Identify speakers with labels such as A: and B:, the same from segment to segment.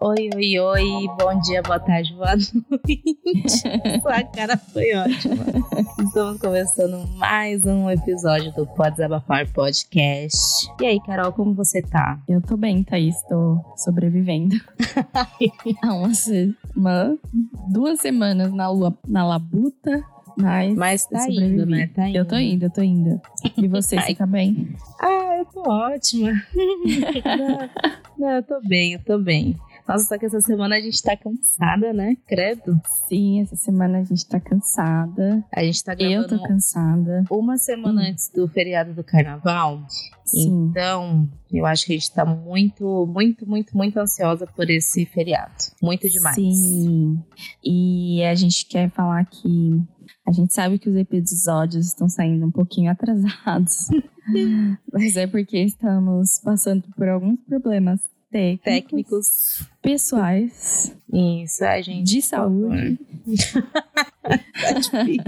A: Oi, oi, oi, bom dia, boa tarde, boa noite. Sua cara foi ótima. Estamos começando mais um episódio do Pode Desabafar Podcast. E aí, Carol, como você tá?
B: Eu tô bem, Thaís, tô sobrevivendo. Há umas, uma- duas semanas na, lua, na labuta, mas.
A: Mas tá
B: sobrevivi.
A: indo, né? Tá
B: Eu tô indo, eu tô indo. E você, você tá bem?
A: Ah, eu tô ótima. não, não, eu tô bem, eu tô bem. Nossa, só que essa semana a gente tá cansada, né? Credo.
B: Sim, essa semana a gente tá cansada.
A: A gente tá
B: Eu
A: gravando
B: tô cansada.
A: uma semana
B: Hum.
A: antes do feriado do carnaval.
B: Sim.
A: Então, eu acho que a gente tá muito, muito, muito, muito ansiosa por esse feriado. Muito demais.
B: Sim. E a gente quer falar que a gente sabe que os episódios estão saindo um pouquinho atrasados. mas é porque estamos passando por alguns problemas técnicos,
A: Técnicos.
B: pessoais,
A: Isso, a gente.
B: de saúde.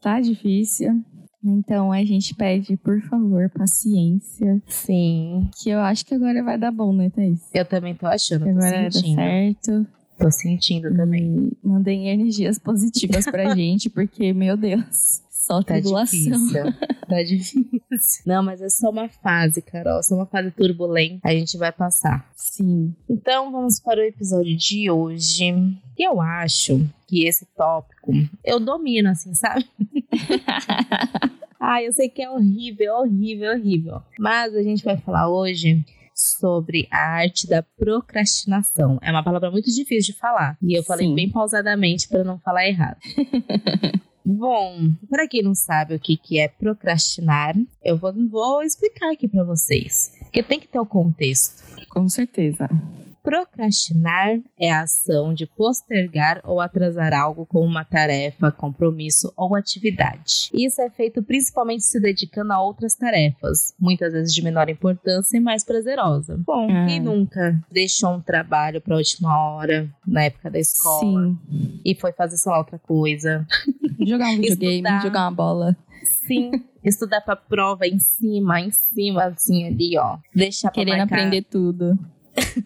B: Tá difícil. Então a gente pede, por favor, paciência.
A: Sim.
B: Que eu acho que agora vai dar bom, né, Thaís?
A: Eu também tô achando,
B: Que
A: tô
B: agora vai dar
A: sentindo.
B: certo. Hum,
A: Tô sentindo também.
B: E mandem energias positivas pra gente, porque, meu Deus, só
A: Tá
B: tribulação.
A: difícil. Tá difícil. Não, mas é só uma fase, Carol. É só uma fase turbulenta. A gente vai passar.
B: Sim.
A: Então vamos para o episódio de hoje. E eu acho que esse tópico eu domino, assim, sabe? ah, eu sei que é horrível, horrível, horrível. Mas a gente vai falar hoje sobre a arte da procrastinação. É uma palavra muito difícil de falar. E eu falei
B: Sim.
A: bem pausadamente para não falar errado. Bom, para quem não sabe o que, que é procrastinar, eu vou, vou explicar aqui para vocês. Porque tem que ter o contexto.
B: Com certeza.
A: Procrastinar é a ação de postergar ou atrasar algo como uma tarefa, compromisso ou atividade. Isso é feito principalmente se dedicando a outras tarefas, muitas vezes de menor importância e mais prazerosa. Bom,
B: Ah.
A: quem nunca deixou um trabalho para última hora, na época da escola,
B: Sim.
A: e foi fazer só outra coisa?
B: Jogar um videogame,
A: Estudar.
B: jogar uma bola.
A: Sim, estudar para prova em cima, em cima, assim ali, ó. Deixar pra
B: Querendo
A: marcar.
B: aprender tudo.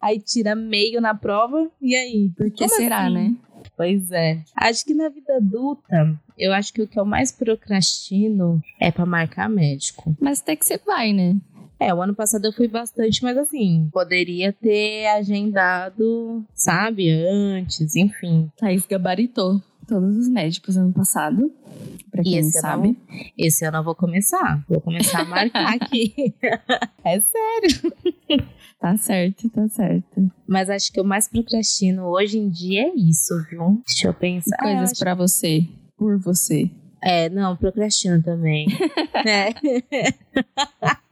A: Aí tira meio na prova, e aí?
B: Porque
A: Como
B: será,
A: assim?
B: né?
A: Pois é. Acho que na vida adulta, eu acho que o que eu mais procrastino é pra marcar médico.
B: Mas até que você vai, né?
A: É, o ano passado eu fui bastante, mas assim, poderia ter agendado, sabe, antes, enfim.
B: Thaís gabaritou todos os médicos ano passado. Pra quem não
A: esse ano, é um
B: sabe.
A: esse ano eu vou começar. Vou começar a marcar aqui. é sério.
B: Tá certo, tá certo.
A: Mas acho que o mais procrastino hoje em dia é isso, viu? Deixa eu pensar. É,
B: Coisas
A: acho-
B: pra você, por você.
A: é, não, procrastino também. é.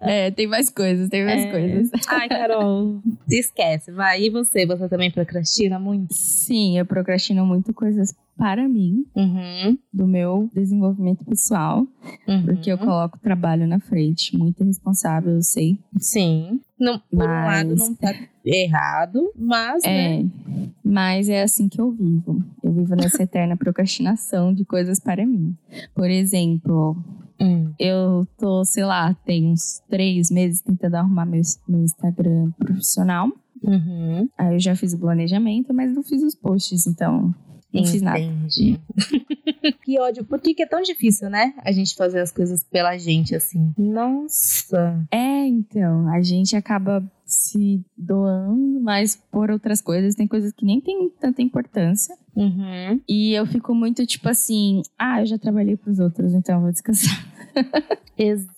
B: É, tem mais coisas, tem mais
A: É.
B: coisas.
A: Ai, Carol, esquece. Vai, e você? Você também procrastina muito?
B: Sim, eu procrastino muito coisas para mim,
A: Uhum.
B: do meu desenvolvimento pessoal,
A: uhum.
B: porque eu coloco o trabalho na frente. Muito irresponsável, eu sei.
A: Sim. Não, por um
B: Mas-
A: lado, não tá errado, mas, né?
B: É, mas é assim que eu vivo. Eu vivo nessa eterna procrastinação de coisas para mim. Por exemplo,
A: Hum.
B: eu tô, sei lá, tem uns três meses tentando arrumar meu, meu Instagram profissional.
A: Uhum.
B: Aí eu já fiz o planejamento, mas não fiz os posts, então não fiz nada. Hum.
A: Entendi. que ódio. Por que, que é tão difícil, né? A gente fazer as coisas pela gente, assim. Nossa.
B: É, então, a gente acaba se doando, mas por outras coisas, tem coisas que nem tem tanta importância.
A: Uhum.
B: E eu fico muito tipo assim, ah, eu já trabalhei pros outros, então eu vou descansar.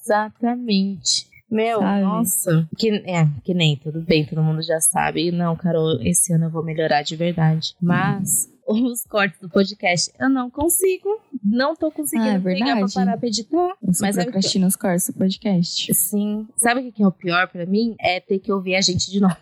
A: Exatamente. Meu,
B: Sabe?
A: nossa. Que, é, que nem, tudo bem, todo mundo já sabe. E Não, Carol, esse ano eu vou melhorar de verdade. Mas os cortes do podcast, eu não consigo. Não tô
B: Ah, é
A: conseguindo pegar pra
B: verdade.
A: parar pra editar.
B: Você
A: Mas
B: Mas é
A: sabe
B: procrastina os cortes do podcast.
A: Sim. Sabe o que que é o pior pra mim? É ter que ouvir a gente de novo.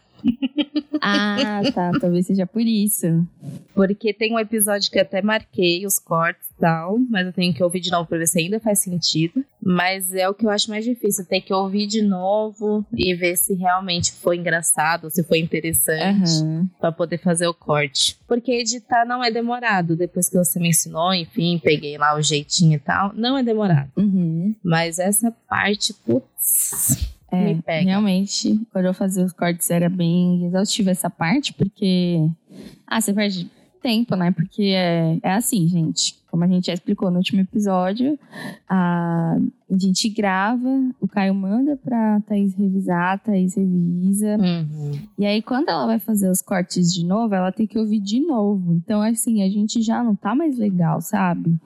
B: Ah, tá. Talvez seja por isso.
A: Porque tem um episódio que eu até marquei os cortes e tal, mas eu tenho que ouvir de novo pra ver se ainda faz sentido. Mas é o que eu acho mais difícil, ter que ouvir de novo e ver se realmente foi engraçado, se foi interessante
B: Aham.
A: pra poder fazer o corte. Porque editar não é demorado, depois que você me ensinou, enfim, peguei lá o jeitinho e tal, não é demorado.
B: Uhum.
A: Mas essa parte, putz,
B: É,
A: Me pega.
B: Realmente, quando eu fazia os cortes era bem exaustiva essa parte, porque. Ah, você perde tempo, né? Porque é, é assim, gente. Como a gente já explicou no último episódio, a, a gente grava, o Caio manda pra Thaís revisar, a Thaís revisa.
A: Uhum.
B: E aí, quando ela vai fazer os cortes de novo, ela tem que ouvir de novo. Então, assim, a gente já não tá mais legal, sabe?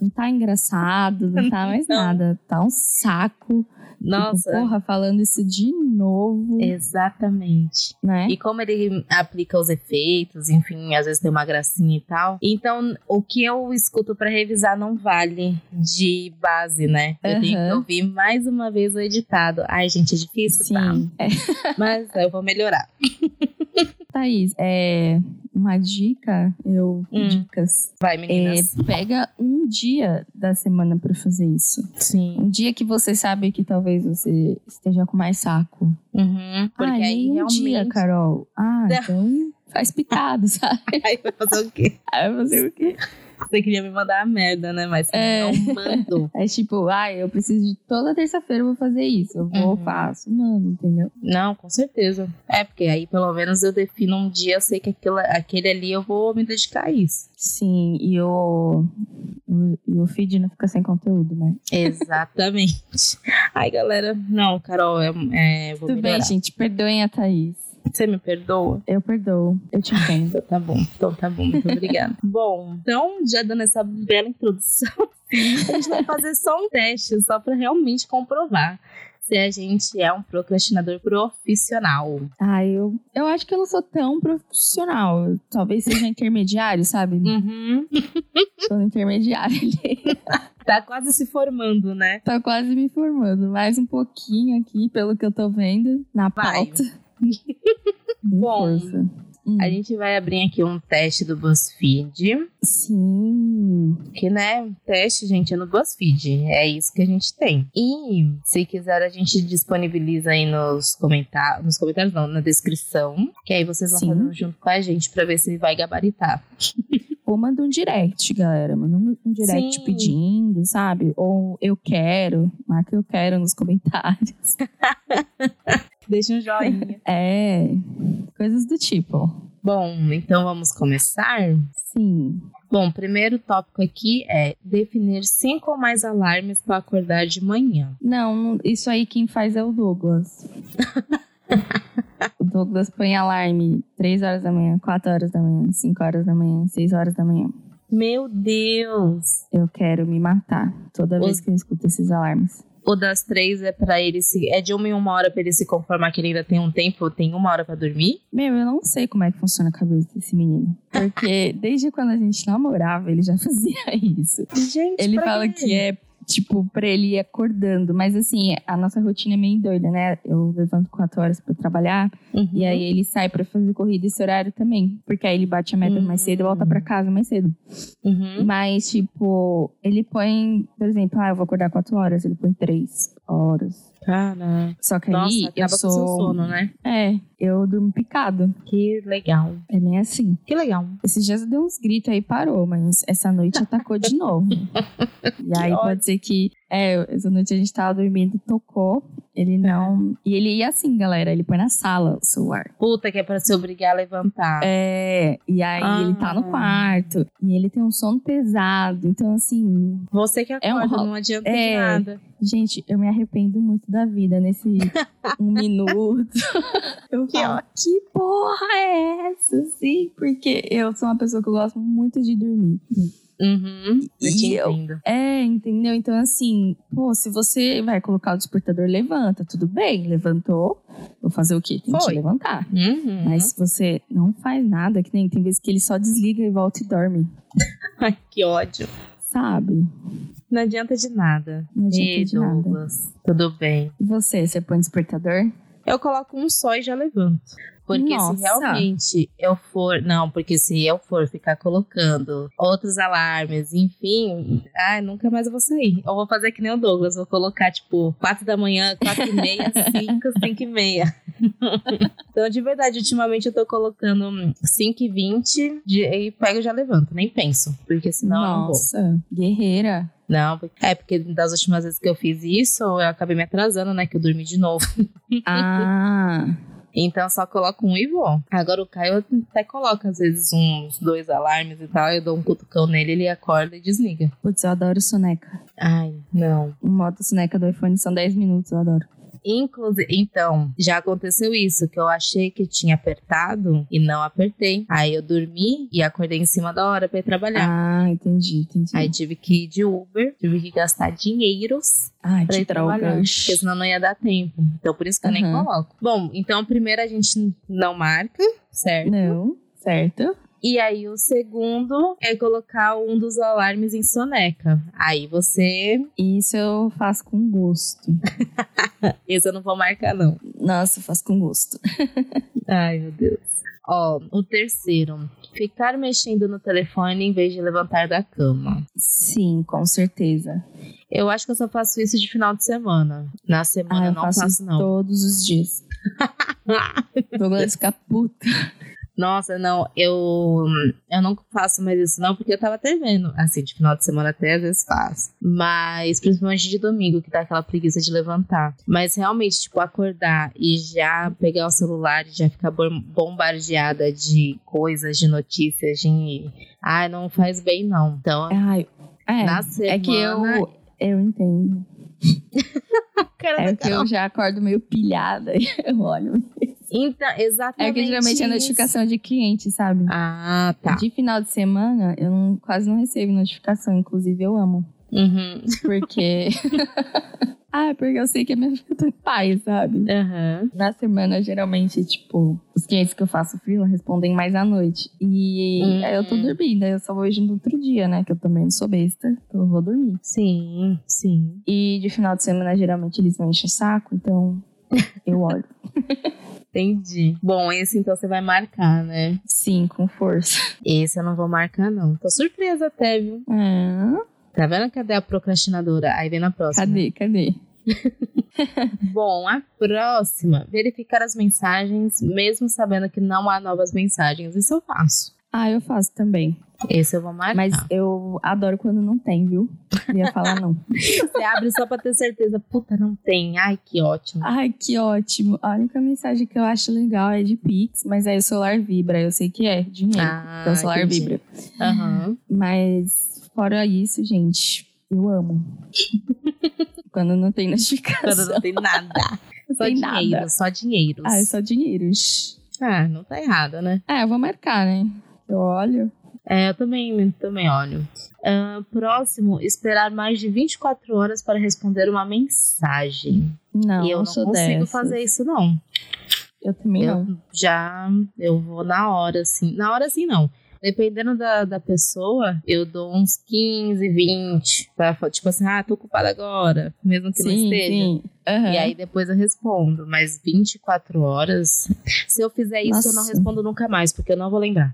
B: Não tá engraçado, não tá mais
A: Não.
B: nada. Tá um saco. Tipo,
A: Nossa,
B: porra, falando isso de novo,
A: exatamente.
B: né?
A: E como ele aplica os efeitos, enfim, às vezes tem uma gracinha e tal. Então, o que eu escuto pra revisar não vale de base, né? Eu tenho que
B: Aham.
A: ouvir mais uma vez o editado. Ai, gente, é difícil, tá?
B: Sim. É,
A: Mas eu vou melhorar.
B: Thaís, é, uma dica, eu.
A: Hum.
B: Dicas.
A: Vai,
B: É,
A: meninas.
B: pega um dia da semana pra fazer isso.
A: Sim.
B: Um dia que você sabe que talvez você esteja com mais saco.
A: Uhum, porque
B: ah,
A: aí
B: nem um
A: realmente.
B: dia, Carol. Ah,
A: Não.
B: então faz pitado, sabe?
A: Aí vai fazer o quê?
B: Aí eu fazer o quê?
A: Você queria me mandar a merda, né? Mas você
B: É.
A: não mandou.
B: É tipo, ah, eu preciso de toda terça-feira eu vou fazer isso. Eu vou,
A: Uhum.
B: faço, mando, entendeu?
A: Não, com certeza. É, porque aí pelo menos eu defino um dia, eu sei que aquilo, aquele ali eu vou me dedicar a isso.
B: Sim, e o, o- e o feed não fica sem conteúdo, né?
A: Exatamente. Ai, galera. Não, Carol, é, é, vou
B: Tudo
A: melhorar.
B: bem, gente, perdoem a Thaís.
A: Você me perdoa?
B: Eu perdoo, eu te entendo.
A: Então tá bom. Então tá bom. Muito obrigada. bom, então, já dando essa bela introdução, a gente vai fazer só um teste, só pra realmente comprovar se a gente é um procrastinador profissional.
B: ah, eu, eu acho que eu não sou tão profissional. Eu Talvez seja intermediário, sabe?
A: Uhum.
B: Tô no intermediário ali.
A: Tá quase se formando, né?
B: Tô tá quase me formando. Mais um pouquinho aqui, pelo que eu tô vendo, na
A: Vai.
B: pauta. Com
A: Bom,
B: força. Hum,
A: A gente vai abrir aqui um teste do BuzzFeed.
B: Sim.
A: Que, né, teste, gente, é no BuzzFeed. É isso que a gente tem. E, se quiser, a gente disponibiliza aí nos comentários. Nos comentários, não, na descrição. Que aí vocês vão
B: Sim.
A: fazendo junto com a gente pra ver se vai gabaritar.
B: Ou manda um direct, galera. Manda um um direct
A: Sim.
B: pedindo, sabe? Ou eu quero. Marca eu quero nos comentários.
A: Deixa um joinha.
B: É. Coisas do tipo.
A: Bom, então vamos começar?
B: Sim.
A: Bom, o primeiro tópico aqui é definir cinco ou mais alarmes pra acordar de manhã.
B: Não, isso aí quem faz é o Douglas. o Douglas põe alarme 3 horas da manhã, 4 horas da manhã, 5 horas da manhã, 6 horas da manhã.
A: Meu Deus!
B: Eu quero me matar toda vez
A: Os-
B: que eu escuto esses alarmes.
A: O das três é pra ele se. É de uma em uma hora pra ele se conformar que ele ainda tem um tempo, tem uma hora pra dormir?
B: Meu, eu não sei como é que funciona a cabeça desse menino. Porque desde quando a gente namorava, ele já fazia isso.
A: Gente,
B: Ele
A: pra
B: fala
A: quê?
B: que é, tipo, pra ele ir acordando. Mas assim, a nossa rotina é meio doida, né? Eu levanto 4 horas pra trabalhar.
A: Uhum.
B: E aí ele sai pra fazer corrida esse horário também. Porque aí ele bate a meta mais cedo e volta pra casa mais cedo.
A: Uhum.
B: Mas, tipo, ele põe, por exemplo, ah, eu vou acordar 4 horas, ele põe 3 horas.
A: Caraca.
B: Só que
A: Nossa,
B: aí eu
A: acaba
B: sou.
A: com seu sono, né?
B: É, eu durmo picado.
A: Que legal.
B: É bem assim.
A: Que legal.
B: Esses dias eu dei uns gritos aí e parou, mas essa noite atacou de novo. E aí
A: ótimo.
B: pode ser que. É, essa noite a gente tava dormindo, tocou. Ele não. E ele ia assim, galera. Ele põe na sala o celular.
A: Puta que é pra se obrigar a levantar.
B: É, e aí
A: Ah.
B: ele tá no quarto e ele tem um sono pesado. Então, assim,
A: Você que
B: É um
A: acorda,
B: rolo.
A: não adianta de
B: É.
A: nada.
B: gente, eu me arrependo muito da vida nesse um minuto. Eu
A: Que
B: falo, que porra é essa? Assim, porque eu sou uma pessoa que eu gosto muito de dormir.
A: Uhum. Eu
B: E
A: te
B: eu-
A: entendo.
B: É, entendeu? Então, assim, pô, se você vai colocar o despertador, levanta, tudo bem, levantou. Vou fazer o quê? Tem que
A: Foi.
B: levantar.
A: Uhum.
B: Mas se você não faz nada, que nem tem vezes que ele só desliga e volta e dorme,
A: Ai, que ódio.
B: sabe?
A: Não adianta de nada.
B: Não
A: Ei,
B: adianta de nada.
A: Douglas. Tudo bem.
B: E você, você põe despertador?
A: Eu coloco um só e já levanto. Porque
B: Nossa.
A: se realmente eu for. Não, porque se eu for ficar colocando outros alarmes, enfim. Ai, nunca mais eu vou sair. Eu vou fazer que nem o Douglas. Vou colocar, tipo, 4 da manhã, 4 e meia, 5, 5 e meia. Então, de verdade, ultimamente eu tô colocando 5 e 20 de- e pego e já levanto, nem penso. Porque senão eu não vou.
B: Nossa, guerreira.
A: Não, porque- é porque das últimas vezes que eu fiz isso, eu acabei me atrasando, né? Que eu dormi de novo.
B: Ah,
A: Então só coloco um e vou. Agora o Caio até coloca, às vezes, uns dois alarmes e tal. Eu dou um cutucão nele, ele acorda e desliga.
B: putz, eu adoro soneca.
A: Ai, não.
B: O modo soneca do iPhone são 10 minutos, eu adoro.
A: Inclusive, então, já aconteceu isso, que eu achei que tinha apertado e não apertei. Aí eu dormi e acordei em cima da hora pra ir trabalhar.
B: Ah, entendi, entendi.
A: Aí tive que ir de Uber, tive que gastar dinheiros
B: Ai,
A: pra
B: que
A: ir trabalhar,
B: droga.
A: porque senão não ia dar tempo. Então por isso que eu nem
B: Aham.
A: coloco. Bom, então primeiro a gente não marca, certo?
B: Não, certo.
A: E aí o segundo é colocar um dos alarmes em soneca. Aí você,
B: Isso eu faço com gosto.
A: esse eu não vou marcar não.
B: Nossa, eu faço com gosto.
A: Ai, meu Deus. Ó, o terceiro. Ficar mexendo no telefone em vez de levantar da cama.
B: Sim, com certeza.
A: Eu acho que eu só faço isso de final de semana. Na semana eu
B: ah, eu
A: não
B: faço
A: faço,
B: isso
A: não.
B: todos os dias. Douglas fica puta.
A: Nossa, não, eu, eu não faço mais isso, não, porque eu tava até vendo. Assim, de final de semana até às vezes faço. Mas principalmente de domingo, que dá aquela preguiça de levantar. Mas realmente, tipo, acordar e já pegar o celular e já ficar bom- bombardeada de coisas, de notícias, de. Ai, não faz bem, não. Então,
B: Ai, é,
A: na semana.
B: é que eu, eu entendo.
A: Cara,
B: É que eu já acordo meio pilhada e eu olho.
A: Então, exatamente.
B: É que geralmente é
A: isso.
B: notificação de cliente, sabe?
A: Ah, tá.
B: De final de semana, eu não- quase não recebo notificação. Inclusive, eu amo.
A: Uhum.
B: Porque. ah, porque eu sei que a minha vida tá em paz, sabe?
A: Aham.
B: Na semana, geralmente, tipo, os clientes que eu faço freela respondem mais à noite. E
A: Hum.
B: aí eu tô dormindo, aí eu só vou hoje no outro dia, né? Que eu também não sou besta, então eu vou dormir.
A: Sim, sim.
B: E de final de semana, geralmente, eles me enchem o saco, então eu olho.
A: Entendi. Bom, esse então você vai marcar, né?
B: Sim, com força.
A: Esse eu não vou marcar, não. Tô surpresa até, viu?
B: Ah,
A: Tá vendo? Cadê a procrastinadora? Aí vem na próxima.
B: cadê, cadê?
A: Bom, a próxima. Verificar as mensagens, mesmo sabendo que não há novas mensagens. Isso eu faço.
B: Ah, eu faço também.
A: Esse eu vou marcar.
B: Mas eu adoro quando não tem, viu? Não ia falar não.
A: você abre só pra ter certeza. Puta, não tem. Ai, que ótimo.
B: Ai, que ótimo. A única mensagem que eu acho legal é de Pix, mas aí o celular vibra. Eu sei que é dinheiro.
A: Ah,
B: então o celular
A: entendi.
B: vibra.
A: Aham.
B: Mas fora isso, gente, eu amo. Quando não tem
A: Quando
B: notificação.
A: não tem nada.
B: Não
A: Só
B: tem
A: dinheiro,
B: nada.
A: só dinheiros.
B: Ah, é só dinheiros.
A: Ah, não tá errado, né?
B: Ah, eu vou marcar, né? Eu olho.
A: É, eu também, também olho. Ah, próximo, esperar mais de 24 horas para responder uma mensagem.
B: Não,
A: e eu não
B: sou
A: consigo
B: dessas.
A: fazer isso, não.
B: Eu também
A: Eu
B: não.
A: já eu vou na hora, assim. Na hora, assim, não. Dependendo da, da pessoa, eu dou uns 15, 20. Pra, fa- tipo assim, ah, tô ocupada agora, mesmo que não
B: sim,
A: esteja.
B: sim. É. Aham.
A: E aí depois eu respondo, mas 24 horas. Se eu fizer isso, eu não
B: Nossa.
A: respondo nunca mais, porque eu não vou lembrar.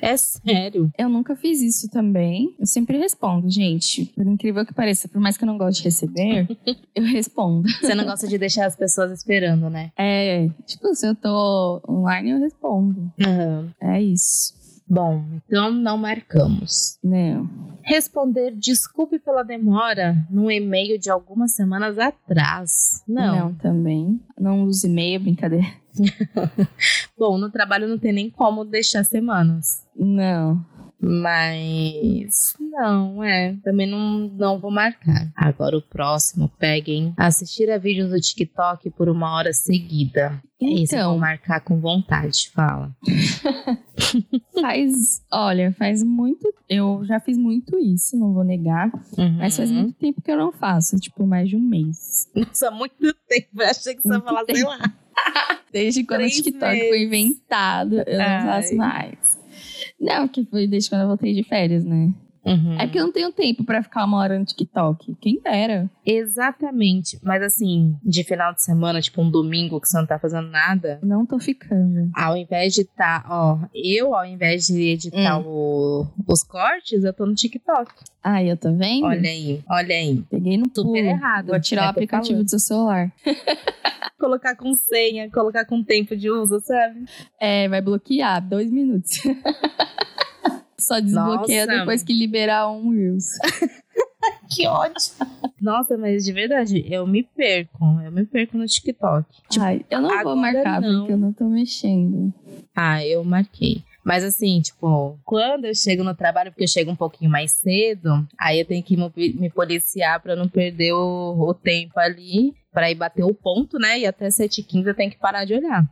A: é sério.
B: Eu nunca fiz isso também. Eu sempre respondo, gente. Por incrível que pareça, por mais que eu não goste de receber, eu respondo.
A: Você não gosta de deixar as pessoas esperando, né?
B: É, tipo, se eu tô online, eu respondo. É isso.
A: Bom, então não marcamos.
B: Não.
A: Responder desculpe pela demora num e-mail de algumas semanas atrás. Não.
B: também. Não uso e-mail, brincadeira.
A: Bom, no trabalho não tem nem como deixar semanas.
B: Não.
A: Mas não, é. Também não, não vou marcar. Agora o próximo, peguem. Assistir a vídeos do TikTok por uma hora seguida. É isso, eu vou
B: Então,
A: marcar com vontade, fala.
B: faz. Olha, faz muito. Eu já fiz muito isso, não vou negar.
A: Uhum.
B: Mas faz muito tempo que eu não faço tipo, mais de um mês.
A: Nossa, muito tempo. Eu achei que você ia
B: Muito
A: falar, sei
B: tempo.
A: lá.
B: Desde quando
A: Três
B: o TikTok
A: meses.
B: foi inventado, eu
A: Ai.
B: não faço mais. Não, que foi desde quando eu voltei de férias, né?
A: Uhum.
B: É porque eu não tenho tempo pra ficar uma hora no TikTok. Quem dera.
A: Exatamente. Mas assim, de final de semana, tipo um domingo que você não tá fazendo nada,
B: Não tô ficando.
A: ao invés de estar, ó, eu ao invés de editar
B: Hum.
A: o- os cortes, eu tô no TikTok.
B: Aí, eu tô vendo?
A: Olha aí, olha aí.
B: Peguei no
A: Super
B: pulo.
A: errado.
B: Vou tirar
A: É,
B: o
A: tô
B: aplicativo
A: falando.
B: do seu celular.
A: Colocar com senha, colocar com tempo de uso, sabe?
B: É, vai bloquear dois minutos. Só desbloqueia
A: Nossa.
B: depois que liberar um Reels.
A: Que ótimo. Nossa, mas de verdade, eu me perco. Eu me perco no TikTok.
B: Ai, eu não vou
A: Tipo, agora
B: marcar
A: não.
B: porque eu não tô mexendo.
A: Ah, eu marquei. Mas assim, tipo, quando eu chego no trabalho, porque eu chego um pouquinho mais cedo, aí eu tenho que mo- me policiar pra não perder o, o tempo ali, pra ir bater o ponto, né? E até 7h15 eu tenho que parar de olhar.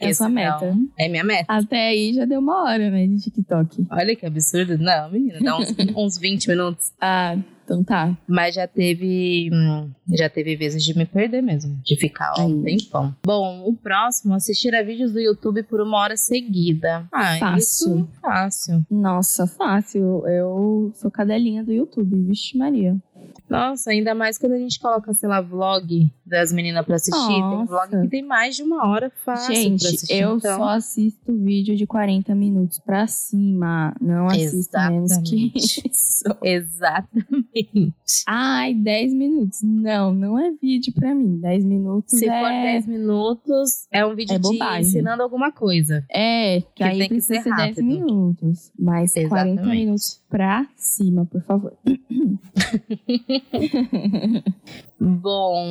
B: É a
A: Esse,
B: sua meta.
A: então, É minha meta.
B: Até aí já deu uma hora, né, de TikTok.
A: Olha que absurdo. Não, menina, dá uns, uns 20 minutos.
B: Ah, então tá.
A: Mas já teve. hum, Já teve vezes de me perder mesmo. De ficar ó, um
B: Aí.
A: tempão. Bom, o próximo, assistir a vídeos do YouTube por uma hora seguida. Ah,
B: Fácil.
A: isso fácil.
B: Nossa, fácil. Eu sou cadelinha do YouTube, vixe Maria.
A: Nossa, ainda mais quando a gente coloca, sei lá, vlog das meninas pra assistir. Tem
B: Nossa.
A: vlog que tem mais de uma hora fácil pra
B: Gente,
A: assistir.
B: eu
A: então.
B: só assisto vídeo de 40 minutos pra cima. Não assisto menos que
A: Exatamente.
B: isso.
A: Exatamente.
B: Ai, 10 minutos. Não, não é vídeo pra mim. 10 minutos
A: Se
B: é...
A: for 10 minutos, é um vídeo
B: É
A: de
B: bobagem.
A: ensinando alguma coisa.
B: É, que,
A: Que
B: aí
A: tem que
B: precisa
A: ser
B: ser 10
A: rápido.
B: minutos. Mas 40
A: Exatamente.
B: minutos pra cima, por favor. Hum.
A: Bom,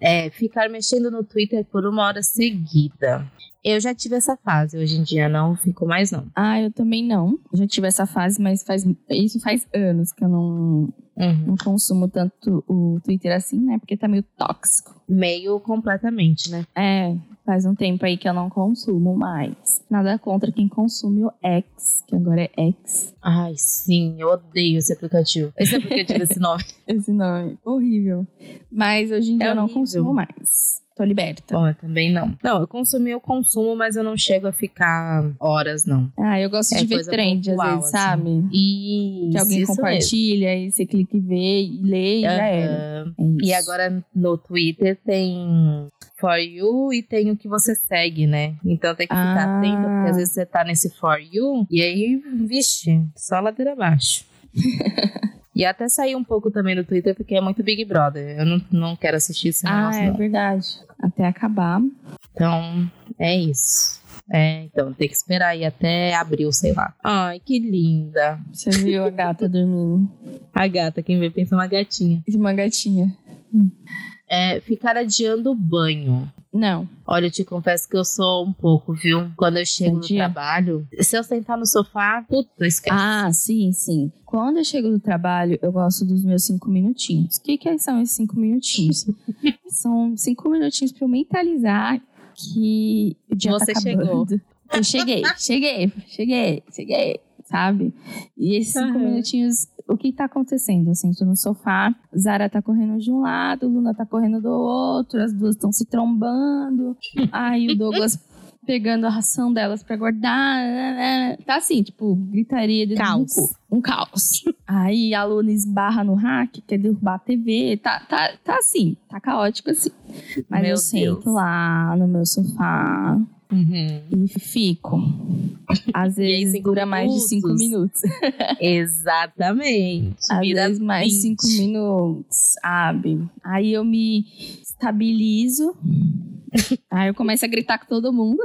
A: é, ficar mexendo no Twitter por uma hora seguida. Eu já tive essa fase, hoje em dia não fico mais não.
B: Ah, eu também não. Já tive essa fase, mas faz isso faz anos que eu não,
A: Uhum.
B: não consumo tanto o Twitter assim, né? Porque tá meio tóxico.
A: Meio completamente, né?
B: É, faz um tempo aí que eu não consumo mais. Nada contra quem consome o X, que agora é X.
A: Ai, sim, eu odeio esse aplicativo. Esse aplicativo, esse nome.
B: Esse nome horrível. Mas hoje em dia
A: É
B: eu não
A: horrível.
B: consumo mais. Tô liberta.
A: Bom, eu também não. Não, eu consumi, eu consumo, mas eu não chego a ficar horas, não.
B: Ah, eu gosto
A: É
B: de ver
A: coisa
B: trend às
A: pontual,
B: vezes,
A: assim.
B: sabe?
A: E
B: Que alguém
A: isso mesmo.
B: compartilha e você clica e vê e lê e já era.
A: Aham.
B: É isso.
A: E agora no Twitter tem For You e tem o que você segue, né? Então tem que ficar
B: Ah.
A: atento, porque às vezes você tá nesse For You e aí, vixe, só ladeira abaixo. e até sair um pouco também do Twitter, porque é muito Big Brother. Eu não, não quero assistir esse
B: Ah,
A: negócio, não.
B: é verdade. Até acabar.
A: Então, é isso. É, então, tem que esperar aí até abril, sei lá. Ai, que linda.
B: Você viu a gata dormindo.
A: A gata, quem vê, pensa uma gatinha.
B: De uma gatinha.
A: É, ficar adiando o banho.
B: Não.
A: Olha, eu te confesso que eu sou um pouco, viu? Quando eu chego no
B: Adia.
A: trabalho, se eu sentar no sofá, puta, esquece.
B: Ah, sim, sim. Quando eu chego do trabalho, eu gosto dos meus cinco minutinhos. O que, que são esses cinco minutinhos? são cinco minutinhos pra eu mentalizar que o dia
A: Você
B: tá acabando. Eu cheguei, cheguei, cheguei, cheguei, sabe? E esses cinco
A: Aham.
B: minutinhos, o que tá acontecendo? Eu sento no sofá, Zara tá correndo de um lado, Luna tá correndo do outro, as duas estão se trombando. Aí o Douglas pegando a ração delas pra guardar. né, né. Tá assim, tipo, gritaria de
A: Caos.
B: Um caos. Aí a Luna esbarra no hack, quer derrubar a TV. Tá, tá, tá assim, tá caótico assim. Mas
A: Meu
B: eu
A: Deus.
B: sento lá no meu sofá,
A: Uhum.
B: e fico. Às
A: aí,
B: vezes
A: cinco
B: dura mais de cinco minutos.
A: Exatamente.
B: Às
A: Vira
B: vezes mais
A: 20.
B: cinco minutos, sabe? Aí eu me estabilizo. Aí eu começo a gritar com todo mundo.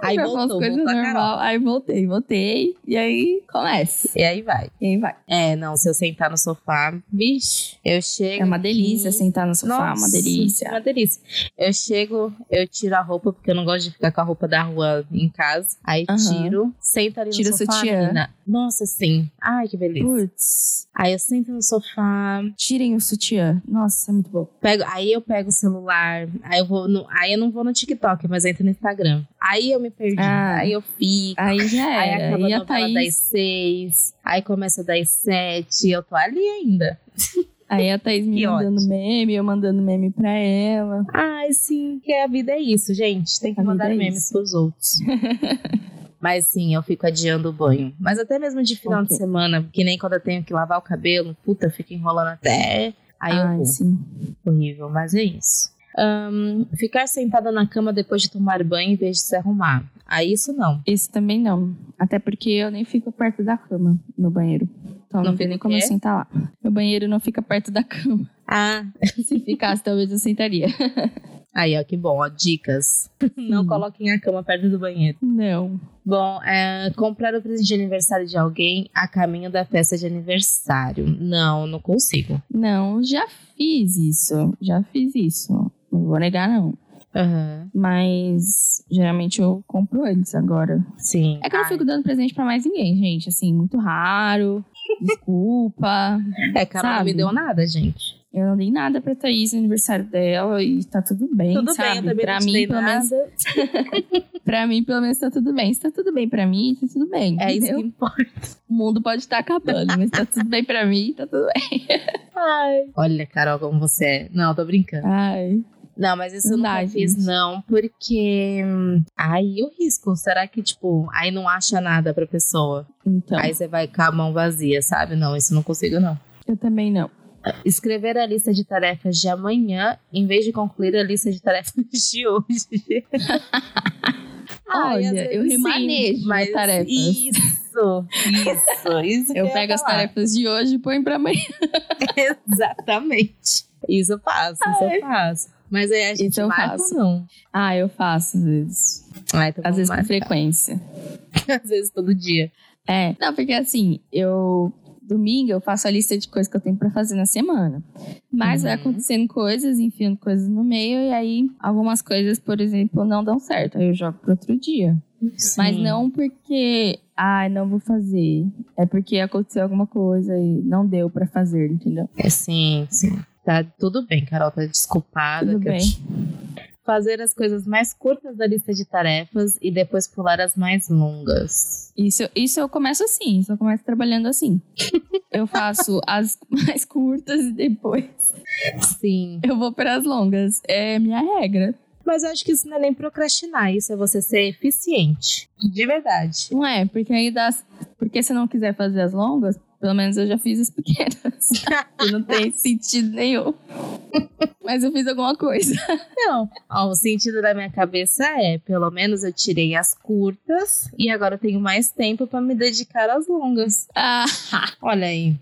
A: Aí
B: pra falar as
A: voltou,
B: coisas
A: voltou a Carol.
B: normal. Aí voltei, voltei. E aí começa.
A: E aí vai.
B: E aí vai.
A: É, não, se eu sentar no sofá, bicho, eu chego.
B: É uma delícia
A: aqui- é
B: sentar no sofá, é uma delícia.
A: Uma delícia. Eu chego, eu tiro a roupa, porque eu não gosto de ficar com a roupa da rua em casa. Aí
B: Aham.
A: tiro, sento ali
B: Tira o
A: no sofá,
B: sutiã.
A: menina. Nossa, sim. Ai, que beleza.
B: Putz,
A: Aí eu sento no sofá,
B: tirem o sutiã. Nossa, é muito bom.
A: pego, aí eu pego o celular, aí eu vou no, aí eu não vou no TikTok, mas entro no Instagram. Aí eu me perdi,
B: Ah.
A: aí eu fico.
B: Aí já
A: É, Aí
B: era.
A: acaba
B: e
A: a
B: a
A: novela
B: Thaís,
A: das seis, aí começa das sete, eu tô ali ainda.
B: aí a Thaís me
A: Que
B: mandando
A: ótimo.
B: meme, eu mandando meme pra ela.
A: Ai, sim, que a vida é isso, gente. Tem que
B: A vida
A: mandar
B: é
A: memes
B: isso.
A: pros outros. Mas sim, eu fico adiando o banho. Mas até mesmo de final
B: Ok.
A: de semana, que nem quando eu tenho que lavar o cabelo, puta, eu fico enrolando até. Aí eu
B: Ai,
A: vou.
B: sim.
A: Horrível, mas é isso. Ahn, ficar sentada na cama depois de tomar banho em vez de se arrumar. Ah, isso não.
B: Esse também não. Até porque eu nem fico perto da cama no banheiro. Então
A: Não
B: não, tem
A: fica
B: nem
A: o
B: como eu
A: quê?
B: sentar lá. Meu banheiro não fica perto da cama.
A: Ah,
B: Se ficasse, talvez eu sentaria.
A: aí ó, que bom, ó, dicas. Não
B: Hum.
A: coloquem a cama perto do banheiro.
B: Não.
A: Bom, é, comprar o presente de aniversário de alguém a caminho da festa de aniversário. Não, não consigo.
B: Não, já fiz isso. Já fiz isso. Não vou negar, não.
A: Aham,
B: Mas geralmente eu compro antes agora.
A: Sim.
B: É que eu não
A: Ai,
B: fico dando presente pra mais ninguém, gente. Assim, muito raro. Desculpa.
A: É, Carol não
B: sabe?
A: me deu nada, gente.
B: Eu não dei nada pra Thaís no aniversário dela e tá tudo bem,
A: Tudo
B: sabe?
A: bem, eu também
B: pra
A: não te
B: mim,
A: dei
B: pelo menos,
A: nada.
B: pra mim, pelo menos, tá tudo bem. Se tá tudo bem pra mim, tá tudo bem.
A: É isso
B: entendeu?
A: que importa.
B: O mundo pode estar acabando, mas tá tudo bem pra mim, tá tudo bem.
A: Ai. Olha, Carol, como você é. Não, tô brincando.
B: Ai,
A: Não, mas isso eu
B: Não
A: nunca
B: dá,
A: fiz,
B: gente.
A: não, porque. hum, Aí eu risco. Será que, tipo, aí não acha nada pra pessoa?
B: então,
A: Aí você vai com a mão vazia, sabe? Não, isso eu não consigo, não.
B: eu também não.
A: Escrever a lista de tarefas de amanhã em vez de concluir a lista de tarefas de hoje. Ai, às
B: Olha, eu
A: vezes sim,
B: remanejo
A: mas
B: as tarefas.
A: Isso, isso, isso. que
B: Eu
A: ia
B: pego as
A: falar.
B: tarefas de hoje e ponho pra amanhã.
A: Exatamente. Isso eu faço, isso eu faço. Mas aí a gente
B: Isso eu
A: marca ou
B: faço.
A: não?
B: Ah, eu faço às vezes.
A: Ai, então vamos
B: Às vezes com
A: marcar.
B: frequência.
A: Às vezes todo dia.
B: É, não, porque assim, eu. Domingo eu faço a lista de coisas que eu tenho pra fazer na semana. Mas vai
A: Uhum.
B: acontecendo coisas, enfiando coisas no meio, e aí algumas coisas, por exemplo, não dão certo. Aí eu jogo pro outro dia. Mas
A: Sim.
B: não porque, ai, não vou fazer. É porque aconteceu alguma coisa e não deu pra fazer, entendeu?
A: É, sim, sim. Tá tudo bem, Carol, tá desculpada.
B: Tudo
A: que eu
B: bem.
A: te- Fazer as coisas mais curtas da lista de tarefas e depois pular as mais longas.
B: Isso, isso eu começo assim, isso eu começo trabalhando assim. Eu faço as mais curtas e depois
A: Sim.
B: eu vou para as longas. É minha regra.
A: Mas eu acho que isso não é nem procrastinar, isso é você ser eficiente. De verdade.
B: Não é, porque aí dá. Porque se eu não quiser fazer as longas, pelo menos eu já fiz as pequenas. E não tem sentido nenhum. Mas eu fiz alguma coisa.
A: Não. Ó, o sentido da minha cabeça é, pelo menos eu tirei as curtas e agora eu tenho mais tempo pra me dedicar às longas.
B: Ah,
A: Olha aí.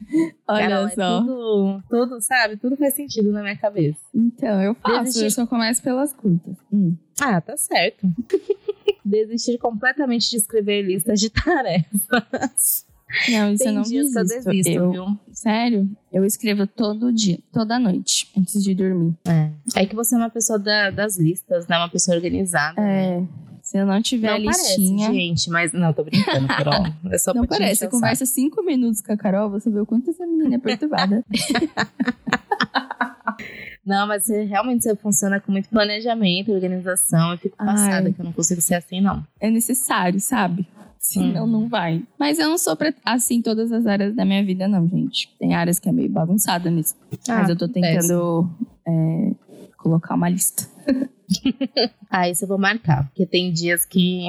B: olha
A: Carol,
B: só.
A: É tudo, tudo, sabe? Tudo faz sentido na minha cabeça.
B: Então, eu faço,
A: Desistir.
B: eu só começo pelas curtas. Hum.
A: Ah, tá certo. Desistir completamente de escrever listas de tarefas.
B: Não, isso
A: Tem
B: eu não
A: dias que eu
B: desisto.
A: desisto,
B: Eu-
A: viu?
B: sério, eu escrevo todo dia, toda noite, antes de dormir.
A: É. que você é uma pessoa da- das listas, né? Uma pessoa organizada. né?
B: É, se eu não tiver
A: Não
B: a
A: parece,
B: listinha.
A: gente, mas... Não, tô brincando, Carol. É só
B: Não
A: pra te
B: parece,
A: encher
B: você
A: o saco.
B: conversa cinco minutos com a Carol, você vê o quanto essa menina é perturbada.
A: Não, mas você, realmente você funciona com muito planejamento, organização. Eu fico
B: Ai.
A: passada que eu não consigo ser assim, não.
B: é necessário, sabe? Senão
A: Uhum.
B: não vai. Mas eu não sou pra, assim em todas as áreas da minha vida, não, gente. Tem áreas que é meio bagunçada mesmo. mas eu tô
A: Ah, acontece.
B: tentando é, colocar uma lista.
A: Ah, isso eu vou marcar, porque tem dias que.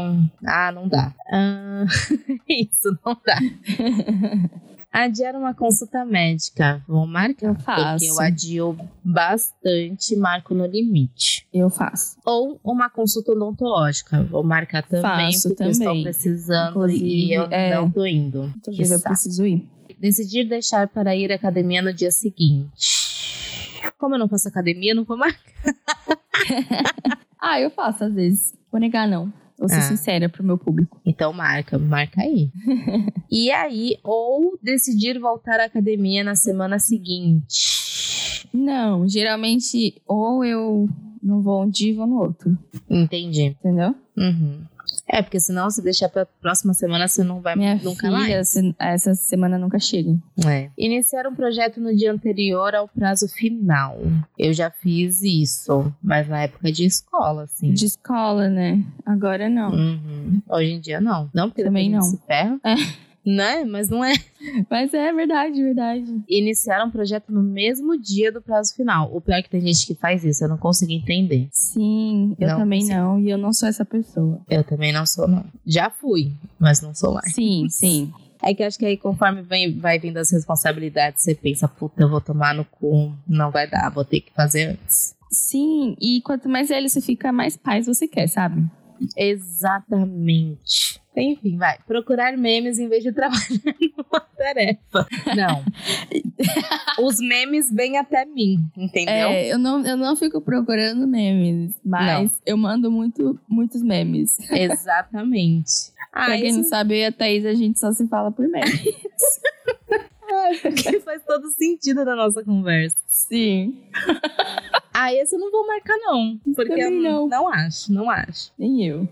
A: Ah, não dá. Ah, isso não dá. Adiar uma consulta médica. Vou marcar.
B: Eu
A: Porque
B: faço.
A: eu adio bastante, marco no limite.
B: Eu faço.
A: Ou uma consulta odontológica. Vou marcar também,
B: Faço
A: porque eu estou
B: também.
A: precisando e
B: Inclusive,
A: eu
B: é.
A: não tô indo.
B: Então,
A: Que
B: eu
A: saco.
B: preciso ir.
A: Decidir deixar para ir à academia no dia seguinte. Como eu não faço academia, eu não vou marcar.
B: Ah, eu faço às vezes. Vou negar, não. Vou ser
A: Ah.
B: sincera pro meu público.
A: Então marca, marca aí. e aí, ou decidir voltar à academia na semana seguinte.
B: Não, geralmente ou eu não vou um dia e vou no outro.
A: Entendi.
B: Entendeu?
A: Uhum. É, porque senão se deixar pra próxima semana, você não vai
B: Minha
A: É, nunca
B: filha,
A: mais.
B: se- essa semana nunca chega.
A: É. Iniciar um projeto no dia anterior ao prazo final. Eu já fiz isso, mas na época de escola, assim.
B: De escola, né? Agora não.
A: Uhum. Hoje em dia, não. Não, porque
B: Também
A: depois a gente
B: não.
A: se ferra. Né? Mas não é.
B: Mas é verdade, verdade.
A: Iniciar um projeto no mesmo dia do prazo final. O pior é que tem gente que faz isso, eu não consigo entender.
B: Sim, eu
A: Não,
B: também
A: sim.
B: não, e eu não sou essa pessoa.
A: Eu também não sou, não. Já fui, mas não sou mais.
B: Sim, sim.
A: É que acho que aí, conforme vem, vai vindo as responsabilidades, você pensa, puta, eu vou tomar no cu, não vai dar, vou ter que fazer antes.
B: Sim, e quanto mais velho você fica, mais paz você quer, sabe?
A: Exatamente. Enfim, vai. Procurar memes em vez de trabalhar numa tarefa. Não. Os memes vêm até mim, entendeu?
B: É, eu não, eu não fico procurando memes, mas eu mando muito, muitos memes.
A: Exatamente. Ah,
B: pra quem não
A: isso
B: sabe, eu e a Thaís, a gente só se fala por memes.
A: que faz todo sentido na nossa conversa.
B: Sim,
A: Ah, esse eu não vou marcar, não. Porque eu
B: Também
A: não.
B: não.
A: não acho, não acho.
B: nem eu.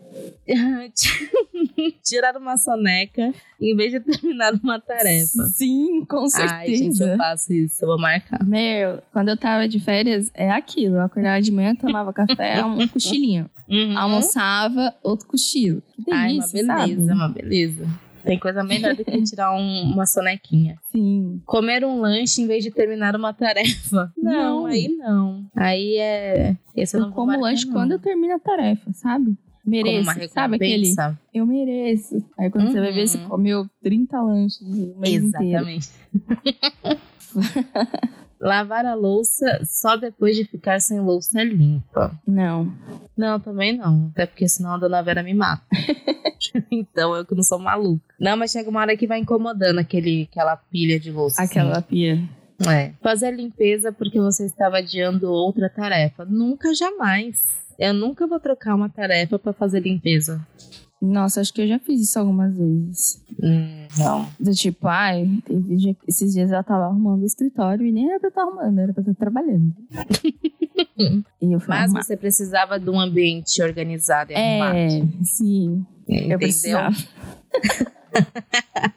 A: Tirar uma soneca em vez de terminar uma tarefa.
B: Sim, com
A: Ai, gente, eu
B: certeza.
A: faço isso, eu vou marcar.
B: Meu, quando eu tava de férias, é aquilo. Eu acordava de manhã, tomava café, um cochilinho.
A: Uhum.
B: Almoçava, outro cochilo. Que
A: Ai, uma
B: delícia,
A: beleza,
B: sabe?
A: uma beleza. Tem coisa melhor do que tirar um- uma sonequinha.
B: Sim.
A: Comer um lanche em vez de terminar uma tarefa. Não,
B: Não.
A: aí não. Aí é. Esse eu
B: Eu
A: não vou
B: Então, como
A: marcar,
B: lanche
A: não.
B: quando eu termino a tarefa, sabe?
A: Como
B: Mereço,
A: uma
B: sabe aquele?
A: recompensa.
B: Eu mereço. Aí quando você vai ver, você
A: Uhum.
B: comeu 30 lanches o mês inteiro.
A: Exatamente. Lavar a louça só depois de ficar sem louça limpa.
B: Não.
A: Não, também não. Até porque senão a dona Vera me mata. então eu que não sou maluca. Não, mas chega uma hora que vai incomodando aquele, aquela pilha de louça. assim.
B: Aquela pia.
A: É. Fazer limpeza porque você estava adiando outra tarefa. Nunca, jamais. Eu nunca vou trocar uma tarefa pra fazer limpeza.
B: Nossa, acho que eu já fiz isso algumas vezes.
A: Hum, não.
B: Do tipo, ai, teve dia- esses dias eu tava arrumando o escritório e nem era pra estar arrumando, era pra estar trabalhando. e eu fui
A: Mas
B: arrumar.
A: você precisava de um ambiente organizado e arrumado.
B: É, sim.
A: Entendeu?
B: Eu precisava.